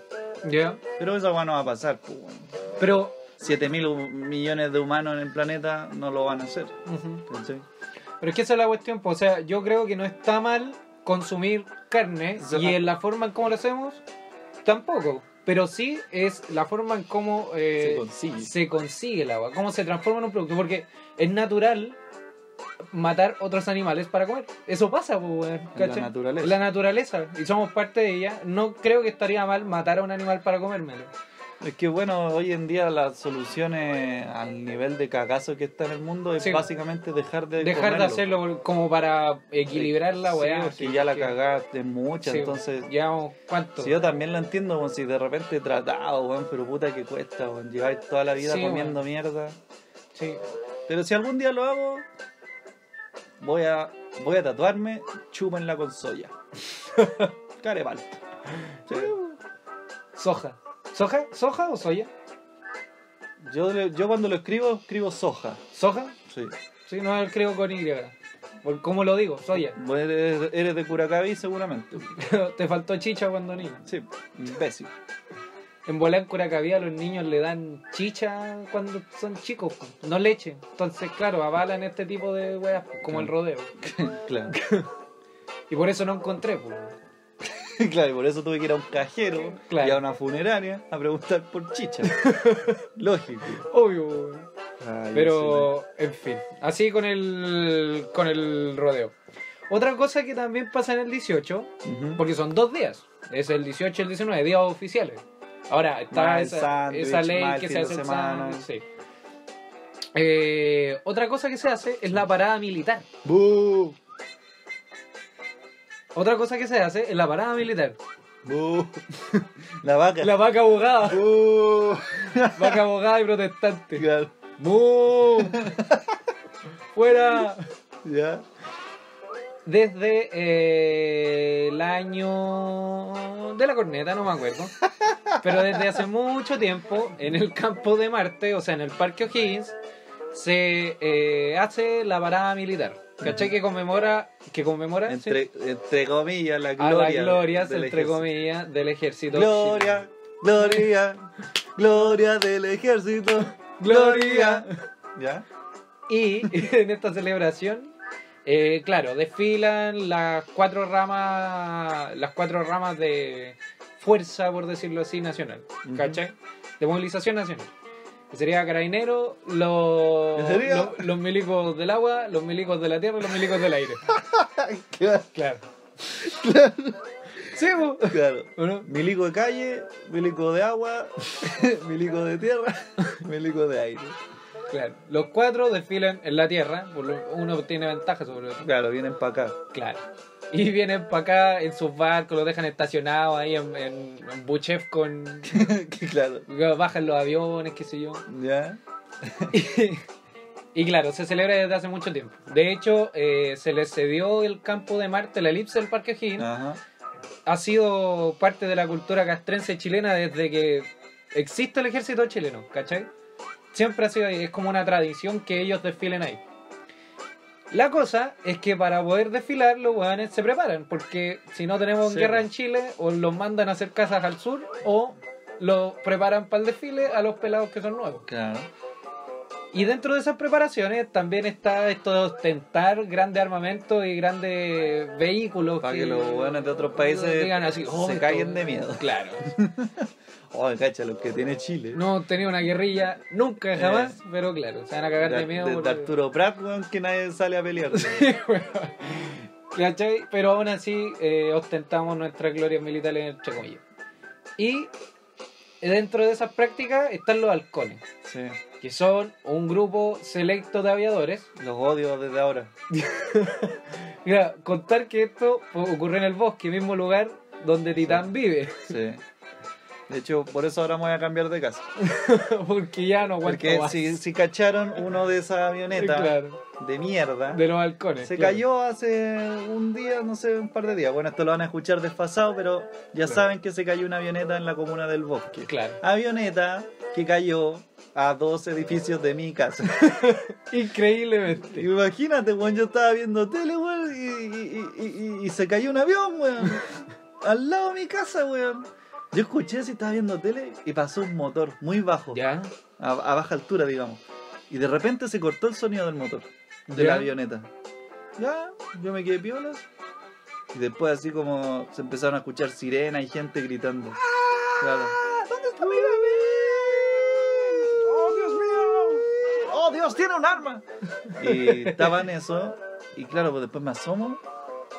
Speaker 2: Ya.
Speaker 1: Pero esa weá no va a pasar, pues.
Speaker 2: Pero...
Speaker 1: 7 mil millones de humanos en el planeta no lo van a hacer.
Speaker 2: ujú.
Speaker 1: ¿cachai?
Speaker 2: Pero es que esa es la cuestión, pues, o sea, yo creo que no está mal consumir carne
Speaker 1: Eso-
Speaker 2: y en la forma en cómo lo hacemos tampoco. Pero sí es la forma en cómo eh,
Speaker 1: Se consigue.
Speaker 2: se consigue el agua, cómo se transforma en un producto, porque es natural matar otros animales para comer. Eso pasa, pues, weón,
Speaker 1: En la
Speaker 2: ¿cachai?
Speaker 1: naturaleza.
Speaker 2: La naturaleza, y somos parte de ella. No creo que estaría mal matar a un animal para comérmelo.
Speaker 1: Es que bueno, hoy en día las soluciones al nivel de cagazo que está en el mundo es
Speaker 2: Sí.
Speaker 1: básicamente dejar de
Speaker 2: Dejar de
Speaker 1: comerlo.
Speaker 2: hacerlo como para equilibrar la
Speaker 1: Sí,
Speaker 2: weá.
Speaker 1: porque ya la
Speaker 2: cagada
Speaker 1: cagaste mucha, entonces
Speaker 2: Llevamos cuánto.
Speaker 1: Si yo también lo entiendo, weón, si de repente he tratado, weón, pero puta que cuesta, weón, llevar toda la vida
Speaker 2: Sí,
Speaker 1: comiendo mierda.
Speaker 2: Sí.
Speaker 1: Pero si algún día lo hago, voy a, voy a tatuarme, chúpenla con soya. Carepal. Sí, weón.
Speaker 2: Soja. ¿Soja? ¿Soja o soya?
Speaker 1: yo, le- yo cuando lo escribo, escribo soja.
Speaker 2: ¿Soja?
Speaker 1: Sí.
Speaker 2: Sí, no creo con Y. ¿Por cómo lo digo? Soya.
Speaker 1: Vos eres, eres de Curacaví seguramente.
Speaker 2: Te faltó chicha cuando niño.
Speaker 1: Sí, imbécil.
Speaker 2: En Bolán, Curacaví, a los niños le dan chicha cuando son chicos, po, no leche. Entonces, claro, avalan este tipo de weas, po, como el rodeo.
Speaker 1: Claro.
Speaker 2: Y por eso no encontré, po.
Speaker 1: Claro, y por eso tuve que ir a un cajero
Speaker 2: Claro.
Speaker 1: y a una funeraria a preguntar por chicha. Lógico.
Speaker 2: Obvio, po. Pero, en fin, así con el, con el rodeo. Otra cosa que también pasa en el 18
Speaker 1: Ujú.
Speaker 2: Porque son dos días. Es el 18 y el 19, días oficiales. Ahora, está
Speaker 1: Más el
Speaker 2: esa,
Speaker 1: sándwich,
Speaker 2: esa ley
Speaker 1: más el fin
Speaker 2: que se
Speaker 1: de
Speaker 2: hace el
Speaker 1: semana.
Speaker 2: sándwich, sí. Eh, otra cosa que se hace es la parada militar.
Speaker 1: ¡Bú!
Speaker 2: Otra cosa que se hace es la parada militar.
Speaker 1: ¡Bú! La vaca.
Speaker 2: La vaca abogada.
Speaker 1: ¡Bú!
Speaker 2: Vaca abogada y protestante.
Speaker 1: Claro.
Speaker 2: ¡Mu! ¡Fuera!
Speaker 1: ¿Ya?
Speaker 2: desde eh, el año de la corneta, no me acuerdo. Pero desde hace mucho tiempo, en el campo de Marte, o sea, en el Parque O'Higgins, se eh, hace la parada militar. ¿Cachai? Que conmemora, que conmemora sí, Ah,
Speaker 1: Entre, entre comillas, la
Speaker 2: a
Speaker 1: gloria.
Speaker 2: las glorias,
Speaker 1: del
Speaker 2: entre
Speaker 1: ejército.
Speaker 2: comillas, del ejército.
Speaker 1: Gloria, gloria, gloria del ejército. Gloria. ¿Ya?
Speaker 2: Y en esta celebración, eh, claro, desfilan las cuatro ramas, las cuatro ramas de fuerza, por decirlo así, nacional.
Speaker 1: Ujú.
Speaker 2: ¿Cachai? De movilización nacional. Que sería carabinero, los,
Speaker 1: ¿En serio?
Speaker 2: los, los milicos del agua, los milicos de la tierra y los milicos del aire. Claro. Sí, po.
Speaker 1: Claro.
Speaker 2: ¿O no?
Speaker 1: Milico de calle, milico de agua, milico de tierra, milico de aire.
Speaker 2: Claro. Los cuatro desfilan en la tierra, por lo- uno tiene ventaja sobre el otro.
Speaker 1: Claro, vienen para acá.
Speaker 2: Claro. Y vienen para acá en sus barcos, los dejan estacionados ahí en, en, en Buchev con...
Speaker 1: Que claro.
Speaker 2: Bajan los aviones, qué sé yo.
Speaker 1: ¿Ya?
Speaker 2: Y claro, se celebra desde hace mucho tiempo. De hecho, eh, se les cedió el campo de Marte, la elipse del Parque O'Higgins.
Speaker 1: Ajá.
Speaker 2: Ha sido parte de la cultura castrense chilena desde que existe el ejército chileno, ¿cachai? Siempre ha sido ahí, es como una tradición que ellos desfilen ahí. La cosa es que para poder desfilar los hueones se preparan, porque si no tenemos
Speaker 1: Sí.
Speaker 2: guerra en Chile, o los mandan a hacer casas al sur, o los preparan para el desfile a los pelados que son nuevos.
Speaker 1: Claro.
Speaker 2: Y dentro de esas preparaciones también está esto de ostentar grande armamento y grandes vehículos.
Speaker 1: Pa' que los hueones de otros países se
Speaker 2: "Oh, esto-
Speaker 1: caguen de miedo".
Speaker 2: Claro.
Speaker 1: Oh, cacha, lo que tiene Chile.
Speaker 2: No tenía una guerrilla nunca, jamás, pero claro, se van a cagar
Speaker 1: De-
Speaker 2: de miedo.
Speaker 1: Eh. de- de
Speaker 2: porque-
Speaker 1: Arturo Prat, weón, que nadie sale a pelear.
Speaker 2: ¿Cachai? Pero aún así eh, ostentamos nuestras glorias militares entre comillas. Y dentro de esas prácticas están los halcones,
Speaker 1: Sí.
Speaker 2: que son un grupo selecto de aviadores
Speaker 1: Los odio desde ahora.
Speaker 2: Mira, contar que esto po- ocurre en el bosque, mismo lugar donde Titán vive,
Speaker 1: Sí. De hecho, por eso ahora me voy a cambiar de casa.
Speaker 2: porque ya no aguanta
Speaker 1: Porque
Speaker 2: más.
Speaker 1: si, si cacharon uno de esas avionetas
Speaker 2: Claro,
Speaker 1: de mierda,
Speaker 2: de los halcones.
Speaker 1: se
Speaker 2: claro.
Speaker 1: cayó hace un día, no sé, un par de días. Bueno, esto lo van a escuchar desfasado, pero ya
Speaker 2: Claro.
Speaker 1: saben que se cayó una avioneta en la comuna del bosque.
Speaker 2: Claro.
Speaker 1: Avioneta que cayó a dos edificios de mi casa.
Speaker 2: Increíblemente.
Speaker 1: Imagínate, weón, yo estaba viendo tele, weón, y, y- y- y- y se cayó un avión, weón. al lado de mi casa, weón. Yo escuché si estaba viendo tele y pasó un motor muy bajo,
Speaker 2: Ya,
Speaker 1: a, a baja altura, digamos. Y de repente se cortó el sonido del motor, de
Speaker 2: Ya.
Speaker 1: la avioneta. Ya, yo me quedé piola. Y después así como se empezaron a escuchar sirenas y gente gritando. Claro. ¡Ah! ¿Dónde está mi bebé? ¡Oh, Dios mío! ¡Oh, Dios, tiene un arma! Y estaba en eso. Y claro, pues después me asomo.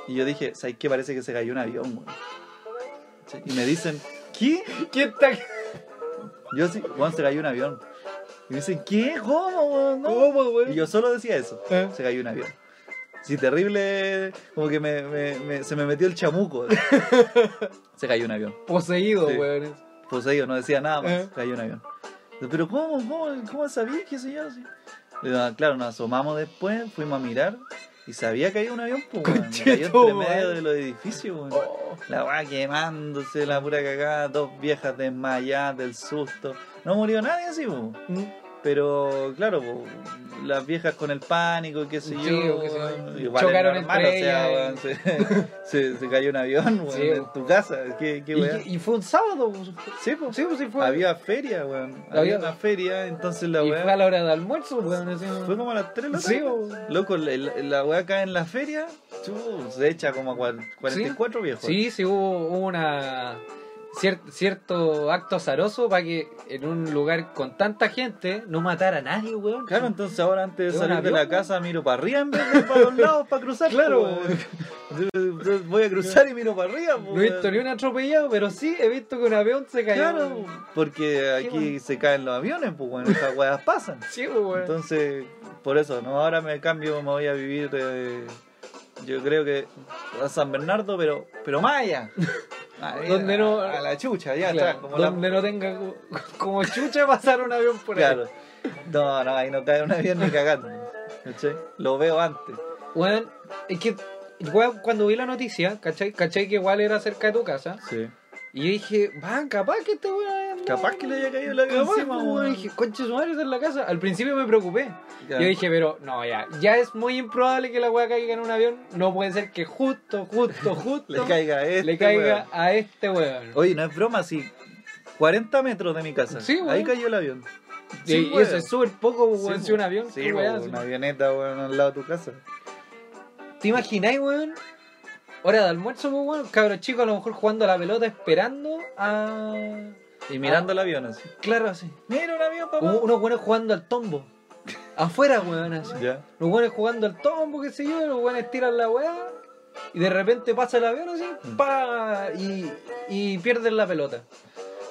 Speaker 1: Y yo dije, ¿sabes qué? Parece que se cayó un avión, weón. Sí, Y me dicen, ¿qué?
Speaker 2: ¿Quién está aquí?
Speaker 1: Yo sí, weón, se cayó un avión. Y me dicen, ¿qué? ¿Cómo, weón? No.
Speaker 2: ¿Cómo,
Speaker 1: Y
Speaker 2: güey?
Speaker 1: yo solo decía eso.
Speaker 2: Eh.
Speaker 1: Se cayó un avión. Sí, terrible. Como que me, me- me- se me metió el chamuco. se cayó un avión.
Speaker 2: Poseído,
Speaker 1: Sí.
Speaker 2: güey.
Speaker 1: Pues ellos no decía nada más.
Speaker 2: Eh.
Speaker 1: Se cayó un avión. Pero ¿cómo? ¿Cómo, cómo sabía que se yo? así? Le digo, "Ah, claro, nos asomamos después, fuimos a mirar. Y sabía que había un avión, pues, weón. Me cayó
Speaker 2: Conchetumare.
Speaker 1: entre medio de los edificios, weón.
Speaker 2: Oh,
Speaker 1: La weá quemándose, la pura cagada, dos viejas desmayadas del susto. No murió nadie así, po.
Speaker 2: mm,
Speaker 1: pero claro, po, las viejas con el pánico, qué sé
Speaker 2: Sí,
Speaker 1: yo.
Speaker 2: o qué sé yo.
Speaker 1: weón. Igual es
Speaker 2: Chocaron
Speaker 1: normal,
Speaker 2: entre
Speaker 1: o sea,
Speaker 2: ellas,
Speaker 1: weón, se, se- se cayó un avión weón,
Speaker 2: Sí,
Speaker 1: en
Speaker 2: po.
Speaker 1: tu casa. ¿Qué, qué weá?
Speaker 2: Y, y fue un sábado. pues.
Speaker 1: Sí, po.
Speaker 2: Sí, pues sí fue.
Speaker 1: Había feria, weón.
Speaker 2: La
Speaker 1: Había
Speaker 2: había-
Speaker 1: una feria, entonces la
Speaker 2: y fue a
Speaker 1: weá.
Speaker 2: la hora de almuerzo, güey. así.
Speaker 1: Fue como a las 3 de la
Speaker 2: Sí,
Speaker 1: tarde.
Speaker 2: po.
Speaker 1: Loco, la, la- la weá acá en la feria, chu, se echa como a cua- 44 viejos.
Speaker 2: Sí, sí hubo hubo una cier- cierto acto azaroso para que en un lugar con tanta gente no matara a nadie, weón.
Speaker 1: Claro, entonces ahora antes de
Speaker 2: Es un
Speaker 1: salir de
Speaker 2: avión,
Speaker 1: la
Speaker 2: weón.
Speaker 1: casa miro para arriba en vez de para los lados para cruzar.
Speaker 2: Claro,
Speaker 1: po, weón. Yo- yo Voy a cruzar y miro para arriba. po,
Speaker 2: No he visto
Speaker 1: weón.
Speaker 2: ni un atropellado, pero sí he visto que un avión se cayó.
Speaker 1: Claro, porque aquí
Speaker 2: bueno.
Speaker 1: se caen los aviones, pues bueno, esas weas pasan.
Speaker 2: Sí, pues, weón.
Speaker 1: Entonces, por eso, no, ahora me cambio, me voy a vivir, eh, yo creo que a San Bernardo, pero, pero más allá. Ahí,
Speaker 2: Donde
Speaker 1: a,
Speaker 2: no-
Speaker 1: a la chucha, ya
Speaker 2: Claro,
Speaker 1: atrás, como la-
Speaker 2: donde no tenga co- como chucha pasar un avión por ahí.
Speaker 1: Claro. No, no, ahí no cae un avión ni cagando. ¿cachai? Lo veo antes.
Speaker 2: Weón, es que, weón, cuando vi la noticia, ¿cachai? ¿Cachai que igual era cerca de tu casa?
Speaker 1: Sí.
Speaker 2: Y yo dije, van, capaz que este weón. andaba
Speaker 1: Capaz que le haya caído la
Speaker 2: Capaz,
Speaker 1: encima,
Speaker 2: pues,
Speaker 1: weón.
Speaker 2: weón. Dije, conche su madre, está en la casa. Al principio me preocupé.
Speaker 1: Ya.
Speaker 2: Yo dije, pero no, ya. Ya es muy improbable que la weá caiga en un avión. No puede ser que justo, justo, justo.
Speaker 1: Le caiga a este,
Speaker 2: le caiga
Speaker 1: weón.
Speaker 2: a este weón.
Speaker 1: Oye, no es broma, sí. 40 metros de mi casa.
Speaker 2: Sí, weón.
Speaker 1: Ahí cayó el avión.
Speaker 2: Y-
Speaker 1: sí,
Speaker 2: y
Speaker 1: weón.
Speaker 2: eso es súper poco, weón.
Speaker 1: Sí,
Speaker 2: si un avión,
Speaker 1: Sí,
Speaker 2: qué
Speaker 1: weón,
Speaker 2: weá,
Speaker 1: una
Speaker 2: sí.
Speaker 1: avioneta, weón, al lado de tu casa.
Speaker 2: ¿Te imagináis, weón? Hora de almuerzo, pues, weón. Cabros chicos, a lo mejor jugando a la pelota, esperando a.
Speaker 1: Y mirando el avión así.
Speaker 2: Claro, así.
Speaker 1: Mira un avión, papá.
Speaker 2: Hubo unos buenos jugando al tombo. Afuera, weón, así.
Speaker 1: Ya.
Speaker 2: Los buenos jugando al tombo, qué sé yo, los buenos tiran la weá y de repente pasa el avión así,
Speaker 1: Mm.
Speaker 2: pa y, y pierden la pelota.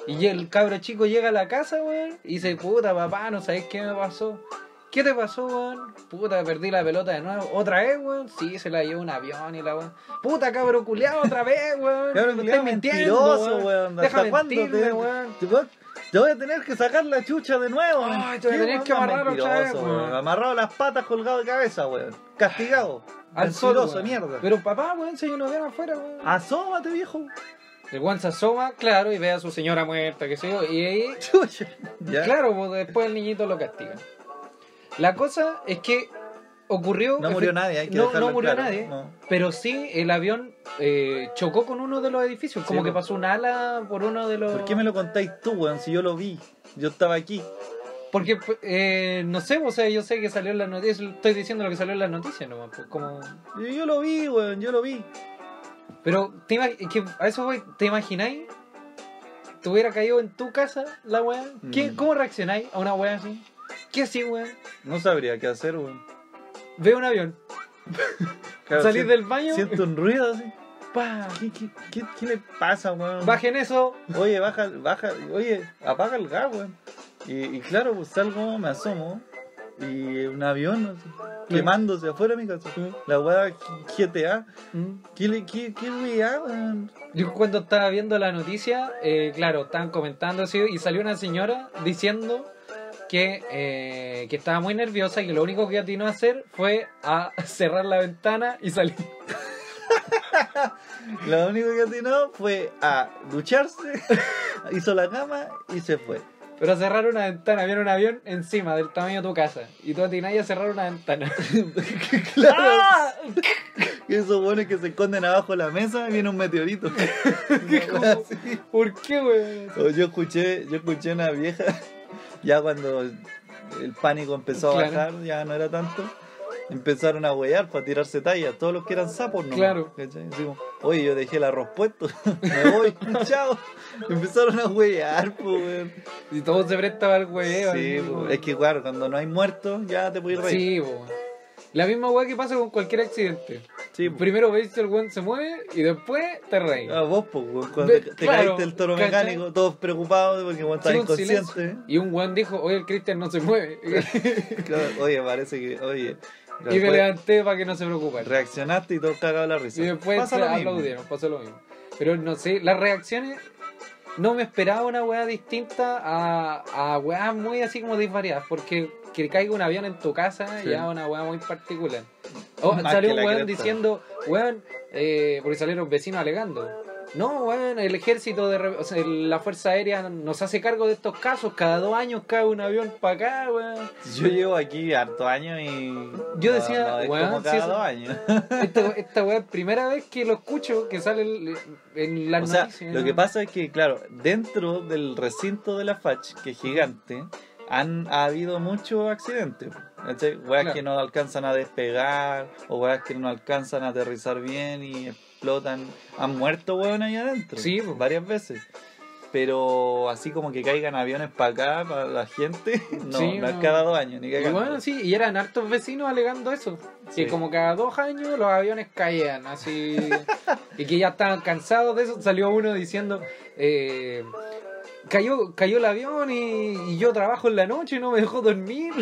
Speaker 2: Y el cabro chico llega a la casa, weón, y dice, puta papá, no sabes qué me pasó. ¿Qué te pasó, weón? Puta, perdí la pelota de nuevo. ¿Otra vez, weón? Sí, se la llevó un avión y la weón. Puta, cabro culeado, otra vez, weón.
Speaker 1: Cabro
Speaker 2: Me
Speaker 1: culiao,
Speaker 2: estás
Speaker 1: mentiroso, weón. ¿Hasta
Speaker 2: Deja
Speaker 1: cuándo te-
Speaker 2: mentirme, weón.
Speaker 1: Te voy- te voy a tener que sacar la chucha de nuevo.
Speaker 2: Ay, te voy a
Speaker 1: Qué
Speaker 2: tener
Speaker 1: weón
Speaker 2: que
Speaker 1: más
Speaker 2: amarrar otra vez,
Speaker 1: mentiroso,
Speaker 2: weón.
Speaker 1: Amarrado las patas, colgado de cabeza, weón. Castigado.
Speaker 2: Al sol,
Speaker 1: Mentiroso,
Speaker 2: weón.
Speaker 1: mierda.
Speaker 2: Pero papá, weón, se hay un avión afuera, weón.
Speaker 1: Asómate, viejo.
Speaker 2: El Juan se asoma, claro, y ve a su señora muerta, qué sé yo, y ahí,
Speaker 1: Chucha. Ya.
Speaker 2: claro, pues, después el niñito lo castiga. La cosa es que ocurrió...
Speaker 1: No murió nadie, hay que
Speaker 2: No,
Speaker 1: dejarlo
Speaker 2: no murió
Speaker 1: claro.
Speaker 2: nadie,
Speaker 1: No.
Speaker 2: pero sí el avión eh, chocó con uno de los edificios, como
Speaker 1: Sí,
Speaker 2: que
Speaker 1: pues.
Speaker 2: pasó un ala por uno de los...
Speaker 1: ¿Por qué me lo contáis tú, weón? Si yo lo vi. Yo estaba aquí.
Speaker 2: Porque, eh, no sé, o sea, yo sé que salió en las noticias, estoy diciendo lo que salió en las noticias, nomás, pues, como...
Speaker 1: Yo, yo lo vi, weón. Yo lo vi.
Speaker 2: Pero, te ima- es que a eso voy, ¿te imagináis? ¿Te hubiera caído en tu casa la weá? ¿Qué-
Speaker 1: Mm.
Speaker 2: ¿Cómo reaccionáis a una weá así? ¿Qué así, weón?
Speaker 1: No sabría qué hacer, weón.
Speaker 2: Veo un avión,
Speaker 1: Claro,
Speaker 2: salís
Speaker 1: si-
Speaker 2: del baño,
Speaker 1: Siento un ruido así.
Speaker 2: pa,
Speaker 1: ¿Qué, qué, qué, qué le pasa, weón?
Speaker 2: bajen eso,
Speaker 1: Oye, baja, baja, oye, apaga el gas, weón. Y, y claro, pues salgo, me asomo. Y un avión así, quemándose afuera de mi casa. La weá GTA. ¿Qué, le- qué, qué weá, weón?
Speaker 2: Yo cuando estaba viendo la noticia, eh, claro, estaban comentando así y salió una señora diciendo que, eh, que estaba muy nerviosa y que lo único que atinó a hacer fue a cerrar la ventana y salir.
Speaker 1: Lo único que atinó fue a ducharse, hizo la cama y se fue.
Speaker 2: Pero a cerrar una ventana, viene un avión encima del tamaño de tu casa y tú atinás a cerrar una ventana.
Speaker 1: claro. Esos buenos que se esconden abajo de la mesa y viene un meteorito. Una weá así.
Speaker 2: ¿Por qué, weón?
Speaker 1: O Yo escuché, yo escuché una vieja, ya cuando el pánico empezó a
Speaker 2: Claro.
Speaker 1: bajar, ya no era tanto, empezaron a huear para tirarse tallas, todos los que eran sapos, ¿no?
Speaker 2: Claro.
Speaker 1: Decimos, oye, yo dejé el arroz puesto, me voy, chao. Empezaron a huear, pues, weón.
Speaker 2: Si todo se presta para el weón.
Speaker 1: Sí,
Speaker 2: ¿no?
Speaker 1: pues, es que, claro, cuando no hay muertos, ya te puedes reír.
Speaker 2: Sí, po. La misma weá que pasa con cualquier accidente.
Speaker 1: Sí, pues.
Speaker 2: Primero veis si el weón se mueve y después te reís.
Speaker 1: A vos, pues, weón, cuando
Speaker 2: Ve-
Speaker 1: te, te
Speaker 2: claro,
Speaker 1: caíste el toro
Speaker 2: ¿cachai?
Speaker 1: mecánico, todos preocupados porque vos estás
Speaker 2: Sí, un
Speaker 1: inconsciente.
Speaker 2: silencio. Y un weón dijo, oye, el Cristian no se mueve.
Speaker 1: Claro, Oye, parece que, oye.
Speaker 2: y me
Speaker 1: después-
Speaker 2: levanté para que no se preocupara.
Speaker 1: reaccionaste y todo cagado la
Speaker 2: Y
Speaker 1: risa.
Speaker 2: después
Speaker 1: pasa
Speaker 2: se
Speaker 1: lo mismo.
Speaker 2: aplaudieron, pasó lo mismo. Pero no sé, las reacciones... No me esperaba una weá distinta a, a weá muy así como disvariadas. Porque que caiga un avión en tu casa
Speaker 1: Sí.
Speaker 2: ya es una weá muy particular. Oh,
Speaker 1: Más
Speaker 2: salió
Speaker 1: que
Speaker 2: un
Speaker 1: la
Speaker 2: weón
Speaker 1: cresta.
Speaker 2: diciendo, weón, eh, porque salieron vecinos alegando. No, weón, el ejército, de, re- o sea, el- la Fuerza Aérea nos hace cargo de estos casos. Cada dos años cae un avión para acá, weón.
Speaker 1: Yo llevo aquí harto años y.
Speaker 2: Yo decía,
Speaker 1: es
Speaker 2: weón,
Speaker 1: como
Speaker 2: si
Speaker 1: cada
Speaker 2: eso-
Speaker 1: dos años.
Speaker 2: Esta, esta weá es primera vez que lo escucho que sale el- en la
Speaker 1: O sea, lo que pasa es que, claro, dentro del recinto de la FACH, que es gigante, han ha habido muchos accidentes. ¿cachai? Weas
Speaker 2: Claro.
Speaker 1: que no alcanzan a despegar, o weas que no alcanzan a aterrizar bien y explotan. Han muerto weón ahí adentro.
Speaker 2: Sí, po.
Speaker 1: varias veces. Pero así como que caigan aviones para acá, para la gente, no,
Speaker 2: Sí,
Speaker 1: no es
Speaker 2: no.
Speaker 1: cada dos años, ni
Speaker 2: Y
Speaker 1: cagando.
Speaker 2: bueno, sí, y eran hartos vecinos alegando eso.
Speaker 1: Sí.
Speaker 2: Que como cada dos años los aviones caían, así. y que ya estaban cansados de eso. Salió uno diciendo. eh, Cayó, cayó el avión y, y yo trabajo en la noche y no me dejó dormir.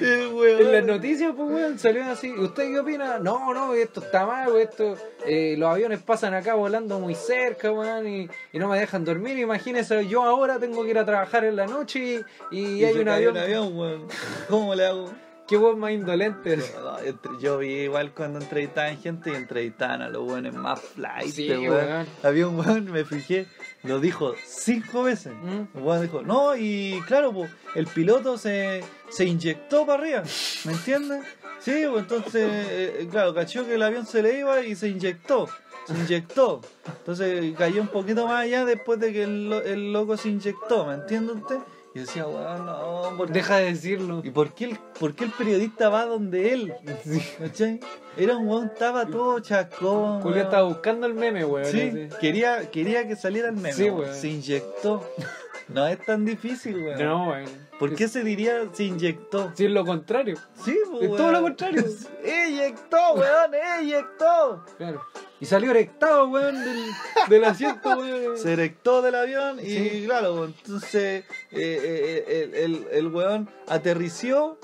Speaker 1: El weón.
Speaker 2: En las noticias, pues, weón, salió así. ¿Y usted qué opina? No, no, esto está mal, weón, esto, eh, los aviones pasan acá volando muy cerca, weón, y, y no me dejan dormir. Imagínese, yo ahora tengo que ir a trabajar en la noche y, y
Speaker 1: Y
Speaker 2: hay
Speaker 1: se
Speaker 2: un
Speaker 1: cae
Speaker 2: avión.
Speaker 1: un avión, weón. ¿Cómo le hago?
Speaker 2: Qué weón más indolente.
Speaker 1: No, entre- Yo vi igual cuando entrevistaban gente y entrevistaban a los buenos más fly.
Speaker 2: Sí,
Speaker 1: weón.
Speaker 2: weón.
Speaker 1: Había un weón, me fijé, lo dijo cinco veces.
Speaker 2: Mm.
Speaker 1: El weón dijo, no, y claro, po, el piloto se, se inyectó para arriba, ¿me entiendes? Sí, pues entonces, eh, claro, cachó que el avión se le iba y se inyectó, se inyectó. Entonces cayó un poquito más allá después de que el, lo- el loco se inyectó, ¿me entiende usted? Y decía, weón, no, ¿por qué?
Speaker 2: Deja de decirlo.
Speaker 1: ¿Y por qué, el, por qué el periodista va donde él?
Speaker 2: Sí.
Speaker 1: ¿Cachai? Era un weón, estaba todo chacón.
Speaker 2: Julio
Speaker 1: weón.
Speaker 2: estaba buscando el meme, weón.
Speaker 1: Sí,
Speaker 2: así.
Speaker 1: quería, quería que saliera el meme.
Speaker 2: Sí,
Speaker 1: weón.
Speaker 2: weón.
Speaker 1: Se inyectó. No es tan difícil, weón.
Speaker 2: No, weón.
Speaker 1: ¿Por qué se diría se inyectó?
Speaker 2: Si es lo contrario.
Speaker 1: Sí, pues,
Speaker 2: Es
Speaker 1: weón.
Speaker 2: todo lo contrario.
Speaker 1: ¡Eyectó, weón! ¡Eyectó!
Speaker 2: Claro. Y salió erectado, weón, del, del asiento, weón.
Speaker 1: Se erectó del avión y
Speaker 2: Sí.
Speaker 1: claro, weón, entonces eh, eh, eh, el, el, el weón aterrició,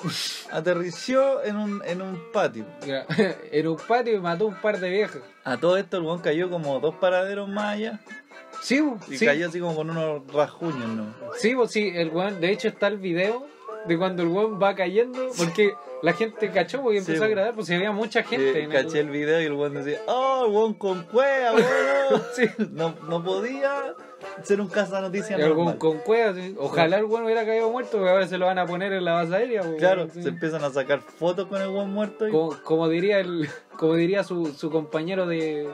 Speaker 1: aterrició en un, en un patio.
Speaker 2: Mira, Era un patio y mató un par de viejas.
Speaker 1: A todo esto el weón cayó como dos paraderos más allá
Speaker 2: Sí, bo,
Speaker 1: y
Speaker 2: sí,
Speaker 1: cayó así como con unos rajuños, ¿no?
Speaker 2: sí, bo, sí, el weón. De hecho está el video de cuando el weón va cayendo. Porque la gente cachó bo, y empezó
Speaker 1: Sí,
Speaker 2: a
Speaker 1: bo.
Speaker 2: grabar, pues si había mucha gente.
Speaker 1: Eh,
Speaker 2: en el-
Speaker 1: caché el video y el weón decía, oh, el weón con cueva, weón.
Speaker 2: Sí.
Speaker 1: no, no podía ser un caza noticia
Speaker 2: Y algún
Speaker 1: normal.
Speaker 2: con cuevas, sí. ojalá el weón hubiera caído muerto, porque ahora se lo van a poner en la base aérea. bo,
Speaker 1: Claro,
Speaker 2: sí.
Speaker 1: se empiezan a sacar fotos con el weón muerto y
Speaker 2: como, como diría el, como diría su, su compañero de,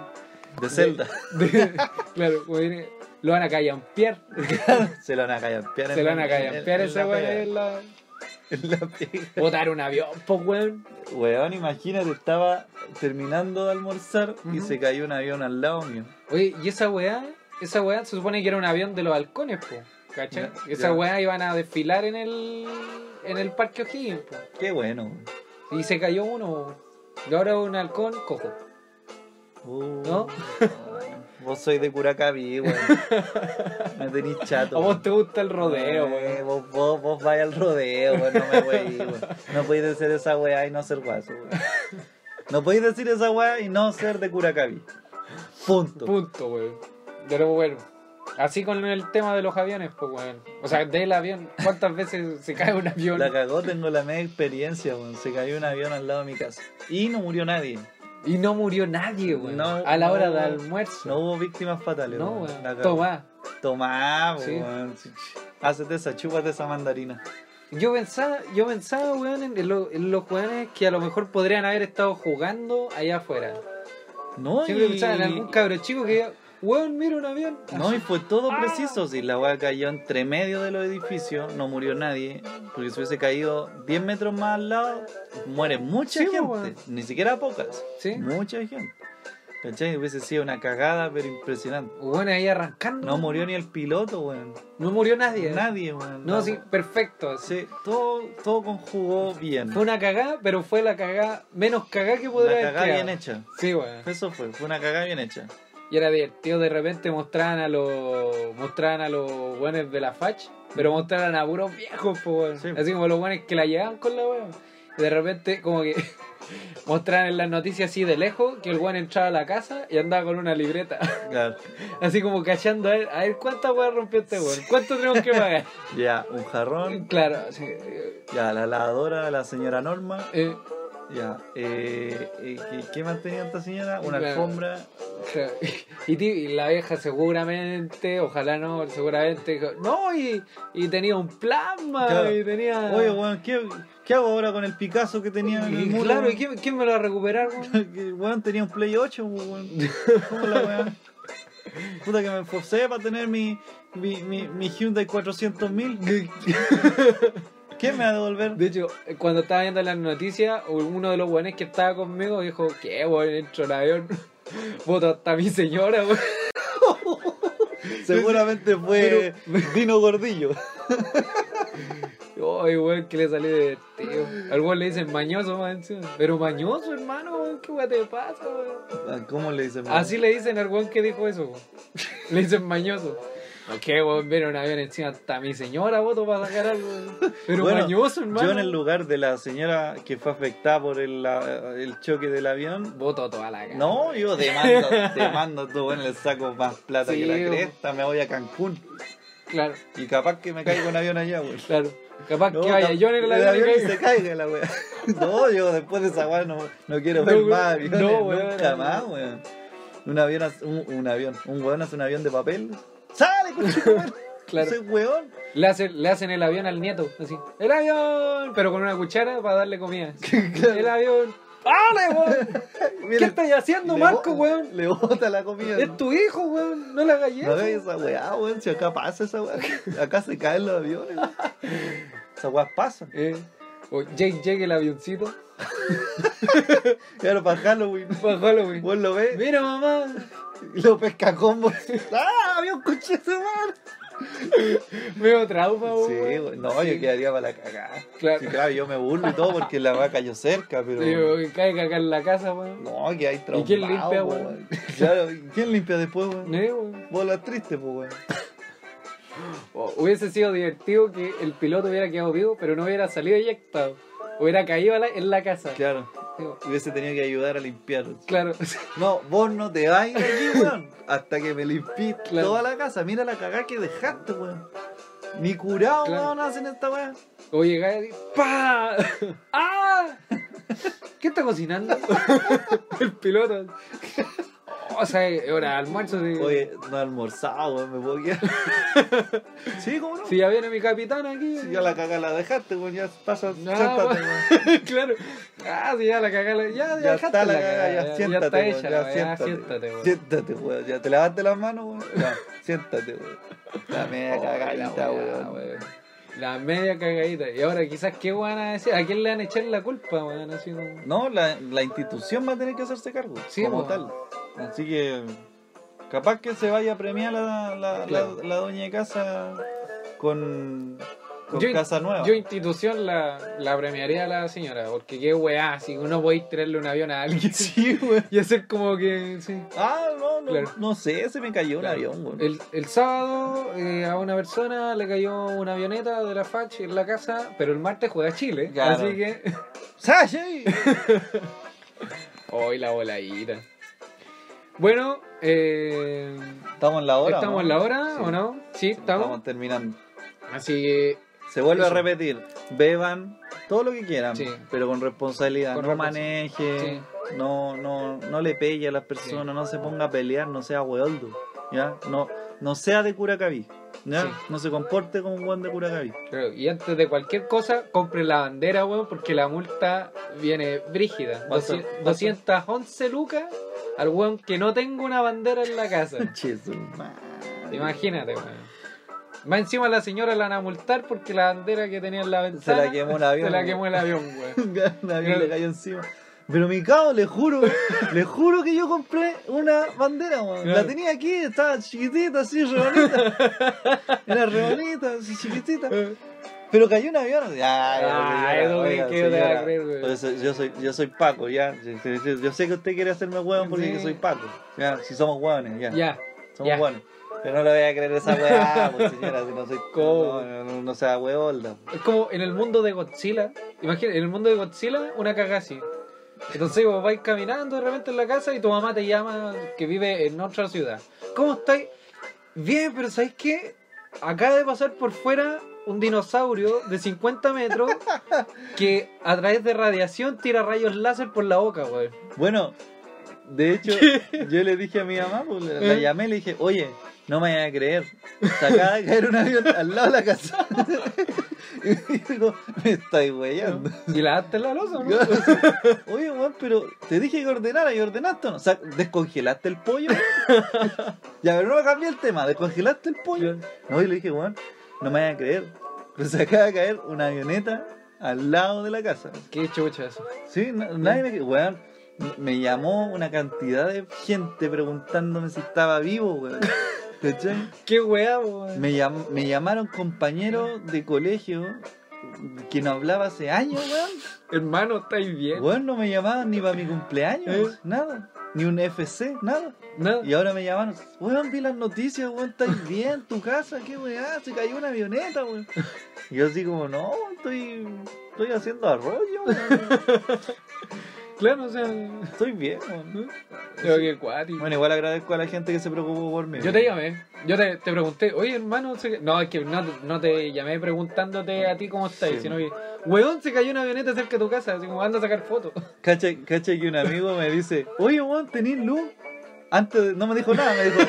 Speaker 1: de celda.
Speaker 2: de- claro, como diría, lo van a callampear,
Speaker 1: se lo van a callampear.
Speaker 2: se
Speaker 1: en
Speaker 2: lo van
Speaker 1: la-
Speaker 2: a callampear
Speaker 1: en- en
Speaker 2: ese
Speaker 1: la
Speaker 2: weón
Speaker 1: pega.
Speaker 2: en la-
Speaker 1: En la pega.
Speaker 2: botar un avión, pues weón.
Speaker 1: Weón, imagínate, estaba terminando de almorzar y
Speaker 2: Ujú.
Speaker 1: se cayó un avión al lado mío.
Speaker 2: Oye, y esa weá, esa weá se supone que era un avión de los halcones, po, ¿cachai?
Speaker 1: Ya,
Speaker 2: esa
Speaker 1: ya.
Speaker 2: weá iban a desfilar en el en el parque O'Higgins, po.
Speaker 1: Qué bueno.
Speaker 2: Y se cayó uno. Y ahora es un halcón cojo.
Speaker 1: Uh,
Speaker 2: ¿No?
Speaker 1: Vos sois de Curacaví, weón. Me tenéis chato.
Speaker 2: A vos te gusta el rodeo,
Speaker 1: Eh,
Speaker 2: weón.
Speaker 1: Vos, vos, vos vais al rodeo, weón. No me voy weón. No podéis decir esa weá y no ser guaso, weón. No podéis decir esa weá y no ser de Curacaví. Punto.
Speaker 2: Punto, weón. Pero bueno, así con el tema de los aviones, pues weón. O sea, del avión, ¿cuántas veces se cae un avión?
Speaker 1: La cagó, tengo la media experiencia, weón. Se cayó un avión al lado de mi casa. Y no murió nadie.
Speaker 2: Y no murió nadie, weón.
Speaker 1: No,
Speaker 2: a la
Speaker 1: no,
Speaker 2: hora de
Speaker 1: weón.
Speaker 2: almuerzo.
Speaker 1: No hubo víctimas fatales,
Speaker 2: No,
Speaker 1: weón. La
Speaker 2: weón.
Speaker 1: cagó.
Speaker 2: Tomá.
Speaker 1: Tomá, po,
Speaker 2: Sí.
Speaker 1: weón. Sí, ch- Hacete esa, chúpate esa mandarina.
Speaker 2: Yo pensaba, yo pensaba, weón, en, lo- en los weones que a lo mejor podrían haber estado jugando allá afuera.
Speaker 1: No,
Speaker 2: Siempre
Speaker 1: y...
Speaker 2: pensaba en algún cabro chico que diga, weón, mira un avión.
Speaker 1: No, y fue todo
Speaker 2: Ah.
Speaker 1: preciso. Si la weá cayó entre medio de los edificios, no murió nadie. Porque si hubiese caído 10 metros más al lado, muere mucha
Speaker 2: Sí,
Speaker 1: gente.
Speaker 2: weón.
Speaker 1: Ni siquiera pocas.
Speaker 2: Sí.
Speaker 1: Mucha gente. ¿Cachai? Hubiese sido una cagada, pero impresionante.
Speaker 2: Weón, ahí arrancando.
Speaker 1: No murió ni el piloto, weón.
Speaker 2: No murió nadie.
Speaker 1: Nadie, weón.
Speaker 2: No,
Speaker 1: La-
Speaker 2: sí, perfecto. Sí.
Speaker 1: Sí, todo, todo conjugó bien.
Speaker 2: Fue una cagada, pero fue la cagada menos cagada que podría
Speaker 1: Una
Speaker 2: haber
Speaker 1: cagada
Speaker 2: quedado.
Speaker 1: bien hecha.
Speaker 2: Sí, weón.
Speaker 1: Eso fue, fue una cagada bien hecha.
Speaker 2: Y era divertido, de repente mostraban a los mostraban a los buenos de la fach, pero mostraban a puros viejos, po, weón.
Speaker 1: Sí.
Speaker 2: así como los buenos que la llevaban con la weón. Y de repente como que mostraban en las noticias así de lejos que el weón entraba a la casa y andaba con una libreta,
Speaker 1: Claro.
Speaker 2: así como cachando a ver, a ver cuántas weón rompió este weón, cuánto tenemos que pagar.
Speaker 1: Ya, un jarrón.
Speaker 2: claro, así, eh,
Speaker 1: Ya, la lavadora, la señora Norma.
Speaker 2: eh,
Speaker 1: Ya, eh, eh, ¿qué, qué más tenía esta señora? Una
Speaker 2: Claro.
Speaker 1: alfombra.
Speaker 2: Claro. Y, ti- y la vieja seguramente, ojalá no, seguramente dijo, no, y, y tenía un plasma,
Speaker 1: Claro.
Speaker 2: y tenía...
Speaker 1: Oye, weón, ¿qué, qué hago ahora con el Picasso que tenía en el
Speaker 2: Y
Speaker 1: muro?
Speaker 2: claro, ¿y
Speaker 1: weón?
Speaker 2: quién, quién me lo va a recuperar, weón?
Speaker 1: Que, weón, tenía un Play 8, weón. ¿Cómo la weón? Puta que me esforcé para tener mi, mi, mi, mi Hyundai 400.000. ¿Quién me va a devolver?
Speaker 2: De hecho, cuando estaba viendo las noticias, uno de los buenos que estaba conmigo dijo, ¿qué, weón? Entro al avión, voto hasta mi señora, weón.
Speaker 1: Seguramente fue Dino Gordillo.
Speaker 2: Ay, weón, que le salió divertido. Al weón le dicen mañoso, weón. sí. Pero mañoso, hermano, weón, ¿qué weón te pasa, weón?
Speaker 1: Ah, ¿Cómo le dicen? weón?
Speaker 2: Así le dicen al weón que dijo eso, weón. Le dicen mañoso. ¿Qué, weón? Viene un avión encima hasta mi señora, voto para sacar algo, weón. Pero
Speaker 1: Bueno,
Speaker 2: mañoso, hermano.
Speaker 1: Yo en el lugar de la señora que fue afectada por el, la- el choque del avión.
Speaker 2: Voto a toda la cara.
Speaker 1: No, yo demando, demando tú, bueno, le saco más plata
Speaker 2: Sí,
Speaker 1: que la
Speaker 2: weón.
Speaker 1: cresta, me voy a Cancún.
Speaker 2: Claro,
Speaker 1: Y capaz que me caiga un avión allá, güey.
Speaker 2: claro. Capaz
Speaker 1: No,
Speaker 2: que vaya
Speaker 1: cap-
Speaker 2: yo en el avión y
Speaker 1: y
Speaker 2: caiga.
Speaker 1: se caiga la wea. No, yo después de esa wea no, no quiero
Speaker 2: No,
Speaker 1: ver
Speaker 2: weón.
Speaker 1: más aviones.
Speaker 2: No, weón,
Speaker 1: nunca
Speaker 2: no,
Speaker 1: más,
Speaker 2: no.
Speaker 1: weón. Un avión, hace- un, un avión, un weón hace un avión de papel. ¡Sale, conchetumare!
Speaker 2: Claro.
Speaker 1: Ese weón.
Speaker 2: Le hacen, le hacen el avión al nieto, así. ¡El avión! Pero con una cuchara para darle comida. ¡El avión! ¡Ale, weón! ¿Qué
Speaker 1: Mira,
Speaker 2: estáis haciendo,
Speaker 1: le
Speaker 2: Marco,
Speaker 1: bo-
Speaker 2: weón?
Speaker 1: Le bota la comida.
Speaker 2: Es tu hijo, weón. No la
Speaker 1: No
Speaker 2: galletas.
Speaker 1: veis esa weá, weón. Si acá pasa esa weá. Acá se caen los aviones, weón. Esas weas pasan.
Speaker 2: Eh, o Jake, Jake, el avioncito.
Speaker 1: Claro, para Halloween.
Speaker 2: Para Halloween.
Speaker 1: Vos lo ves.
Speaker 2: Mira, mamá.
Speaker 1: Y lo pesca combos. ¡Ah! ¡Avión conchetumare!
Speaker 2: Veo trauma,
Speaker 1: Sí,
Speaker 2: weón.
Speaker 1: güey. no, yo quedaría para la cagada.
Speaker 2: Claro.
Speaker 1: Sí, claro, yo me burlo y todo porque la vaca cayó cerca, pero.
Speaker 2: Digo, que caiga acá en la casa, weón.
Speaker 1: No, que hay traumado.
Speaker 2: quién limpia,
Speaker 1: po,
Speaker 2: güey?
Speaker 1: Claro, ¿y ¿quién limpia después, güey?
Speaker 2: Eh, weón.
Speaker 1: Vos la triste, pues, güey.
Speaker 2: O- Hubiese sido divertido que el piloto hubiera quedado vivo, pero no hubiera salido eyectado. Hubiera caído a la- en la casa.
Speaker 1: Claro,
Speaker 2: Digo,
Speaker 1: hubiese tenido que ayudar a limpiar.
Speaker 2: Claro.
Speaker 1: No, vos no te vas de aquí, güey. Hasta que me limpies
Speaker 2: Claro.
Speaker 1: toda la casa. Mira la cagada que dejaste, güey. Ni curado,
Speaker 2: Claro.
Speaker 1: weón, hacen esta weá.
Speaker 2: O llegar y ¡pa! ¡Ah! ¿Qué está cocinando? el piloto. O sea, es hora de almuerzo. sí.
Speaker 1: Oye, no he almorzado, güey, me puedo quedar. sí, cómo no.
Speaker 2: Si ya viene mi capitán aquí.
Speaker 1: Si ya la cagada la dejaste, güey, ya pasa,
Speaker 2: No,
Speaker 1: siéntate,
Speaker 2: po.
Speaker 1: güey.
Speaker 2: claro. Ah, si ya la cagala. Ya,
Speaker 1: Ya
Speaker 2: dejaste
Speaker 1: está la
Speaker 2: la
Speaker 1: cagada, ya,
Speaker 2: cagada,
Speaker 1: siéntate,
Speaker 2: está
Speaker 1: weón,
Speaker 2: hecha
Speaker 1: ya,
Speaker 2: la weá,
Speaker 1: siéntate.
Speaker 2: siéntate, weón.
Speaker 1: Siéntate, weón, ya te lavaste las manos, weón. Ya, siéntate, weón. La media
Speaker 2: Oh,
Speaker 1: cagadita,
Speaker 2: la weá,
Speaker 1: weón.
Speaker 2: weón. La media cagadita. Y ahora quizás qué van a decir, ¿a quién le van a echar la culpa, weón? Así como-
Speaker 1: No, la, la institución va a tener que hacerse cargo,
Speaker 2: Sí,
Speaker 1: como
Speaker 2: weón. Ah.
Speaker 1: tal. Así que, capaz que se vaya a premiar la, la,
Speaker 2: Claro.
Speaker 1: la, la doña de casa con, con
Speaker 2: Yo-
Speaker 1: casa nueva.
Speaker 2: Yo institución la, la premiaría a la señora, porque qué weá, si uno podéis traerle un avión a alguien
Speaker 1: Sí, weón.
Speaker 2: y hacer como que. sí.
Speaker 1: Ah, no, no,
Speaker 2: Claro.
Speaker 1: no sé, se me cayó un
Speaker 2: Claro.
Speaker 1: avión, weón.
Speaker 2: El, el sábado eh, a una persona le cayó una avioneta de la FACH en la casa, pero el martes juega Chile,
Speaker 1: Claro.
Speaker 2: así que.
Speaker 1: ¡Sashi!
Speaker 2: ¡Hoy la voladita! Bueno, eh,
Speaker 1: Estamos en la hora.
Speaker 2: ¿estamos
Speaker 1: ¿no?
Speaker 2: en la hora
Speaker 1: Sí.
Speaker 2: o no? Sí, estamos.
Speaker 1: Estamos terminando.
Speaker 2: Así que
Speaker 1: Se vuelve
Speaker 2: Eso.
Speaker 1: a repetir, beban todo lo que quieran,
Speaker 2: Sí.
Speaker 1: pero con responsabilidad,
Speaker 2: Con
Speaker 1: no
Speaker 2: respons- eh,
Speaker 1: maneje, no, no, no le pegue a las personas, no se ponga a pelear, no sea hueoldo, ¿ya? No, no sea de Curacaví, ¿ya?
Speaker 2: Sí.
Speaker 1: No se comporte como un guan de Curacaví.
Speaker 2: Claro, y antes de cualquier cosa, compre la bandera, weón, porque la multa viene brígida.
Speaker 1: ¿Cuánto?
Speaker 2: Doscien-
Speaker 1: ¿Cuánto?
Speaker 2: 211 lucas al weón que no tenga una bandera en la casa.
Speaker 1: Jesús, madre.
Speaker 2: Imagínate, weón. Más encima la señora la van a multar porque la bandera que tenía en la
Speaker 1: Se
Speaker 2: ventana
Speaker 1: la quemó un avión.
Speaker 2: se la quemó el avión, weón.
Speaker 1: Un avión le cayó encima. Pero mi cabo, le juro, le juro que yo compré una bandera, weón. La
Speaker 2: Claro.
Speaker 1: tenía aquí, estaba chiquitita, así, re bonita. Era re bonita, así, chiquitita. Pero cayó un avión. "Ah, Ay,
Speaker 2: Ay,
Speaker 1: oiga,
Speaker 2: Edwin,
Speaker 1: oiga,
Speaker 2: ¿qué te
Speaker 1: señora.
Speaker 2: va a creer, güey?
Speaker 1: Por eso Yo soy, yo soy Paco, ya. Yo, yo- yo sé que usted quiere hacerme hueón porque
Speaker 2: Sí.
Speaker 1: yo soy Paco. Ya, si somos hueones, ya.
Speaker 2: Ya,
Speaker 1: somos
Speaker 2: ya.
Speaker 1: hueones. Pero no le voy a creer esa hueá, pues, señora, si no soy
Speaker 2: ¿Cómo?
Speaker 1: No, no, no, no sea hueolda.
Speaker 2: es como en el mundo de Godzilla. Imagínate, en el mundo de Godzilla, una caga así. Entonces vos vais caminando de repente en la casa y tu mamá te llama que vive en otra ciudad. ¿Cómo estáis? Bien, pero ¿sabéis qué? Acaba de pasar por fuera un dinosaurio de 50 metros que a través de radiación tira rayos láser por la boca, weón.
Speaker 1: Bueno, de hecho, yo le dije a mi mamá, pues, la, la
Speaker 2: ¿Eh?
Speaker 1: llamé y le dije, oye, no me vayas a creer. Se acaba de caer un avión al lado de la casa. y digo, me estáis weyando.
Speaker 2: Y la daste la losa, ¿no?
Speaker 1: Oye, weón, pero te dije que ordenara y ordenaste, ¿o ¿no? O sea, ¿descongelaste el pollo? ya, pero no me cambié el tema, ¿descongelaste el pollo? No, y le dije, weón, no me vayas a creer. Pero se acaba de caer una avioneta al lado de la casa.
Speaker 2: Qué chucha eso.
Speaker 1: Sí, na- nadie me... Weón, me llamó una cantidad de gente preguntándome si estaba vivo, weón. ¿Cachai?
Speaker 2: Qué weá, weón.
Speaker 1: Me, llam- me llamaron compañeros de colegio que no hablaba hace años, weón.
Speaker 2: Hermano, ¿estáis bien?
Speaker 1: Weón, no me llamaban ni para mi cumpleaños,
Speaker 2: ¿Eh?
Speaker 1: nada. Ni un FC, nada.
Speaker 2: Nada.
Speaker 1: Y ahora me llamaron, weón, vi las noticias, weón, estás bien, tu casa, qué weá, se cayó una avioneta, weón. Y yo así como, no, estoy, estoy haciendo arroyo, weón.
Speaker 2: Claro, o sea.
Speaker 1: Estoy bien, weón.
Speaker 2: Yo que cuático.
Speaker 1: Bueno, igual agradezco a la gente que se preocupó por mí.
Speaker 2: Yo te llamé, yo te, te pregunté, oye hermano, se- no, es que no, no te llamé preguntándote a ti cómo estás,
Speaker 1: Sí.
Speaker 2: sino que, weón, se cayó una avioneta cerca de tu casa, así como anda a sacar fotos.
Speaker 1: Cacha, cacha que un amigo me dice, oye, weón, ¿tenés luz? Antes de- no me dijo nada, me dijo.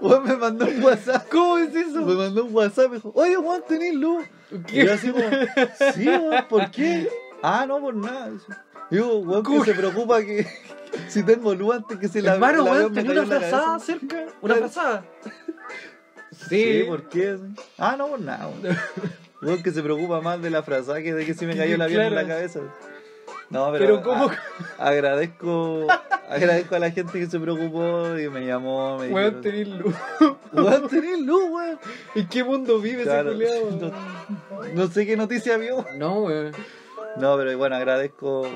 Speaker 1: Weón me mandó un WhatsApp.
Speaker 2: ¿Cómo es
Speaker 1: Me
Speaker 2: eso?
Speaker 1: mandó un WhatsApp, me dijo, oye, weón, ¿tenés luz? Y yo así como, sí, weón, ¿por qué? Ah, no, por nada. Dice. Y Digo, weón,
Speaker 2: ¿Cómo?
Speaker 1: que se preocupa que si tengo luz antes que se la
Speaker 2: hermano,
Speaker 1: la
Speaker 2: weón,
Speaker 1: weón me
Speaker 2: tenía
Speaker 1: cayó
Speaker 2: una
Speaker 1: en la
Speaker 2: frazada
Speaker 1: cabeza.
Speaker 2: cerca, una
Speaker 1: Claro.
Speaker 2: frazada.
Speaker 1: Sí,
Speaker 2: Sí,
Speaker 1: ¿por qué? Ah, no, por nada, weón. Weón que se preocupa más de la frazada que de que si me cayó la avión en la
Speaker 2: Claro.
Speaker 1: cabeza. No, pero.
Speaker 2: pero ¿cómo?
Speaker 1: ah, agradezco agradezco a la gente que se preocupó y me llamó me dijeron,
Speaker 2: Weón, tenés luz.
Speaker 1: weón tenés luz weón
Speaker 2: ¿En qué mundo vive
Speaker 1: Claro.
Speaker 2: ese culiado?
Speaker 1: no sé qué noticia vio
Speaker 2: No, weón.
Speaker 1: no pero bueno agradezco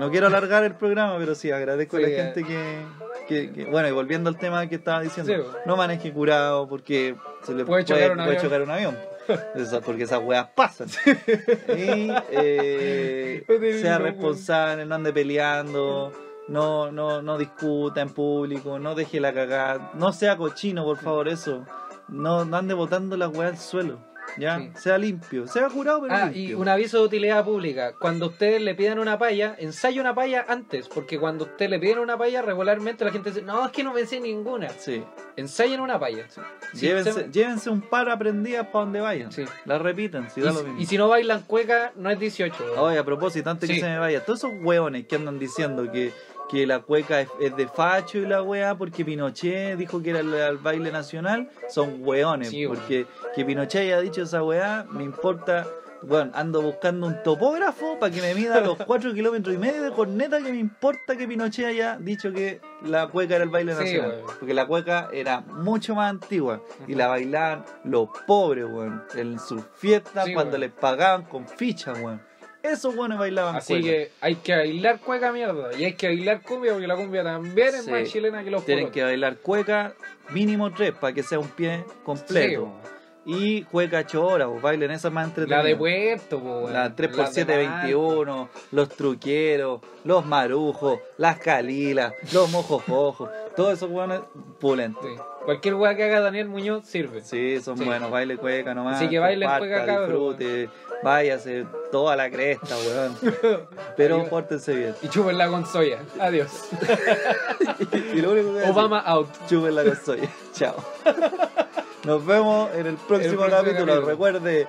Speaker 1: no quiero alargar el programa pero sí agradezco a
Speaker 2: Sí,
Speaker 1: la
Speaker 2: eh.
Speaker 1: gente que, que- que- bueno y volviendo al tema que estaba diciendo
Speaker 2: Sí, weón.
Speaker 1: no maneje curado porque se le puede,
Speaker 2: Puede chocar un
Speaker 1: puede
Speaker 2: avión.
Speaker 1: chocar un avión Esa- porque esas weas pasan y eh,
Speaker 2: Puede
Speaker 1: sea
Speaker 2: ir, weón.
Speaker 1: responsable, no ande peleando, no, no, no discuta en público, no deje la cagada, no sea cochino, por favor, eso. No, no ande botando la weá al suelo. ¿Ya?
Speaker 2: Sí.
Speaker 1: Sea limpio, sea curado, pero
Speaker 2: Ah, y
Speaker 1: limpio.
Speaker 2: un aviso de utilidad pública. Cuando ustedes le pidan una paya, ensaye una paya antes, porque cuando ustedes le piden una paya, regularmente la gente dice, no, es que no me sé ninguna.
Speaker 1: Sí.
Speaker 2: Ensayen una paya. Sí,
Speaker 1: llévense,
Speaker 2: se-
Speaker 1: llévense un par aprendidas para donde vayan.
Speaker 2: Sí.
Speaker 1: La repitan, si
Speaker 2: Y,
Speaker 1: da lo
Speaker 2: si-
Speaker 1: mismo. Oh,
Speaker 2: y si no bailan cueca, no es 18. weón.
Speaker 1: Oye, a propósito, antes
Speaker 2: Sí.
Speaker 1: que se me vaya, todos esos hueones que andan diciendo que, que la cueca es, es de facho y la weá porque Pinochet dijo que era el, el baile nacional, son hueones.
Speaker 2: Sí, weón.
Speaker 1: porque que Pinochet haya dicho esa weá, me importa. Bueno, ando buscando un topógrafo para que me mida los 4 kilómetros y medio de corneta que me importa que Pinochet haya dicho que la cueca era el baile
Speaker 2: Sí,
Speaker 1: nacional.
Speaker 2: weón.
Speaker 1: Porque la cueca era mucho más antigua y
Speaker 2: Ujú.
Speaker 1: la bailaban los pobres, weón. En sus fiestas,
Speaker 2: Sí,
Speaker 1: cuando
Speaker 2: weón.
Speaker 1: les pagaban con fichas, weón. Esos buenos bailaban
Speaker 2: Así
Speaker 1: cueca.
Speaker 2: que hay que bailar cueca mierda. Y hay que bailar cumbia porque la cumbia también es
Speaker 1: Sí.
Speaker 2: más chilena que los
Speaker 1: Tienen
Speaker 2: pololos.
Speaker 1: que bailar cueca mínimo tres para que sea un pie
Speaker 2: Sí,
Speaker 1: completo.
Speaker 2: weón.
Speaker 1: y cueca chora, pues bailen esa más entretenida.
Speaker 2: la de puerto, po, weón.
Speaker 1: La
Speaker 2: Las de
Speaker 1: 3x7 21, los truqueros, los marujos, las calilas, los mojojojos, todos esos buenos pulen.
Speaker 2: Marte. Sí. Cualquier weá que haga Daniel Muñoz sirve.
Speaker 1: Sí, son
Speaker 2: Sí.
Speaker 1: buenos, baile cueca nomás.
Speaker 2: Así que bailen
Speaker 1: comparta,
Speaker 2: cueca, cabrón.
Speaker 1: Disfrute, váyase toda la cresta, weón. Pero
Speaker 2: Adiós.
Speaker 1: pórtense bien.
Speaker 2: Y chúpenla con soya. Adiós.
Speaker 1: Y lo único que voy a decir-
Speaker 2: Obama out.
Speaker 1: Chupen la soya. Chao. Nos vemos en el próximo
Speaker 2: próximo
Speaker 1: capítulo.
Speaker 2: capítulo.
Speaker 1: Recuerde,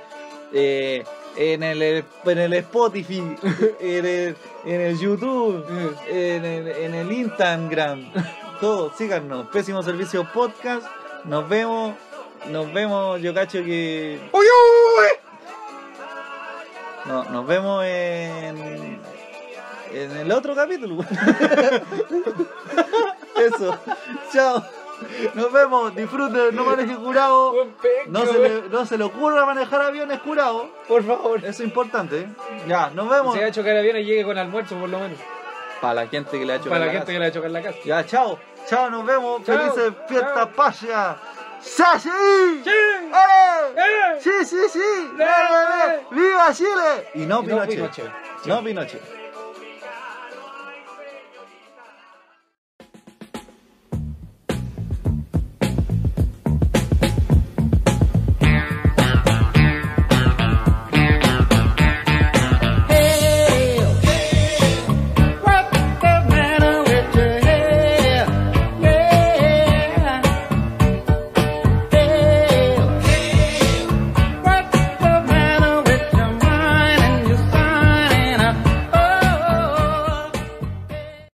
Speaker 1: eh, en, el, en el Spotify, en el, en el YouTube,
Speaker 2: Eh.
Speaker 1: en el, en el Instagram. Todo, síganos. Pésimo Servicio Podcast. Nos vemos. Nos vemos, yo cacho que...
Speaker 2: ¡Uy, uy!
Speaker 1: No, nos vemos en... En el otro capítulo. Eso. Chao. Nos vemos. Disfruten. No manejen curado.
Speaker 2: Buen pecho,
Speaker 1: No se, le, no se le ocurra manejar aviones curados.
Speaker 2: Por favor.
Speaker 1: Eso es importante. ¿eh? Ya, nos vemos.
Speaker 2: Si va a chocar avión, llegue con almuerzo, por lo menos.
Speaker 1: Para la gente que le ha hecho
Speaker 2: para la
Speaker 1: la
Speaker 2: gente que le va a chocar la casa.
Speaker 1: casa. Ya, chao. Chao, nos vemos.
Speaker 2: Chao,
Speaker 1: Felices fiestas
Speaker 2: chao.
Speaker 1: patrias. ¡Sashi! ¡Eh! ¡Sí, sí, sí!
Speaker 2: ¡Dale!
Speaker 1: ¡Viva Chile! Y no
Speaker 2: Eh, Y no
Speaker 1: Pinochet.
Speaker 2: Pinochet.
Speaker 1: No Pinochet.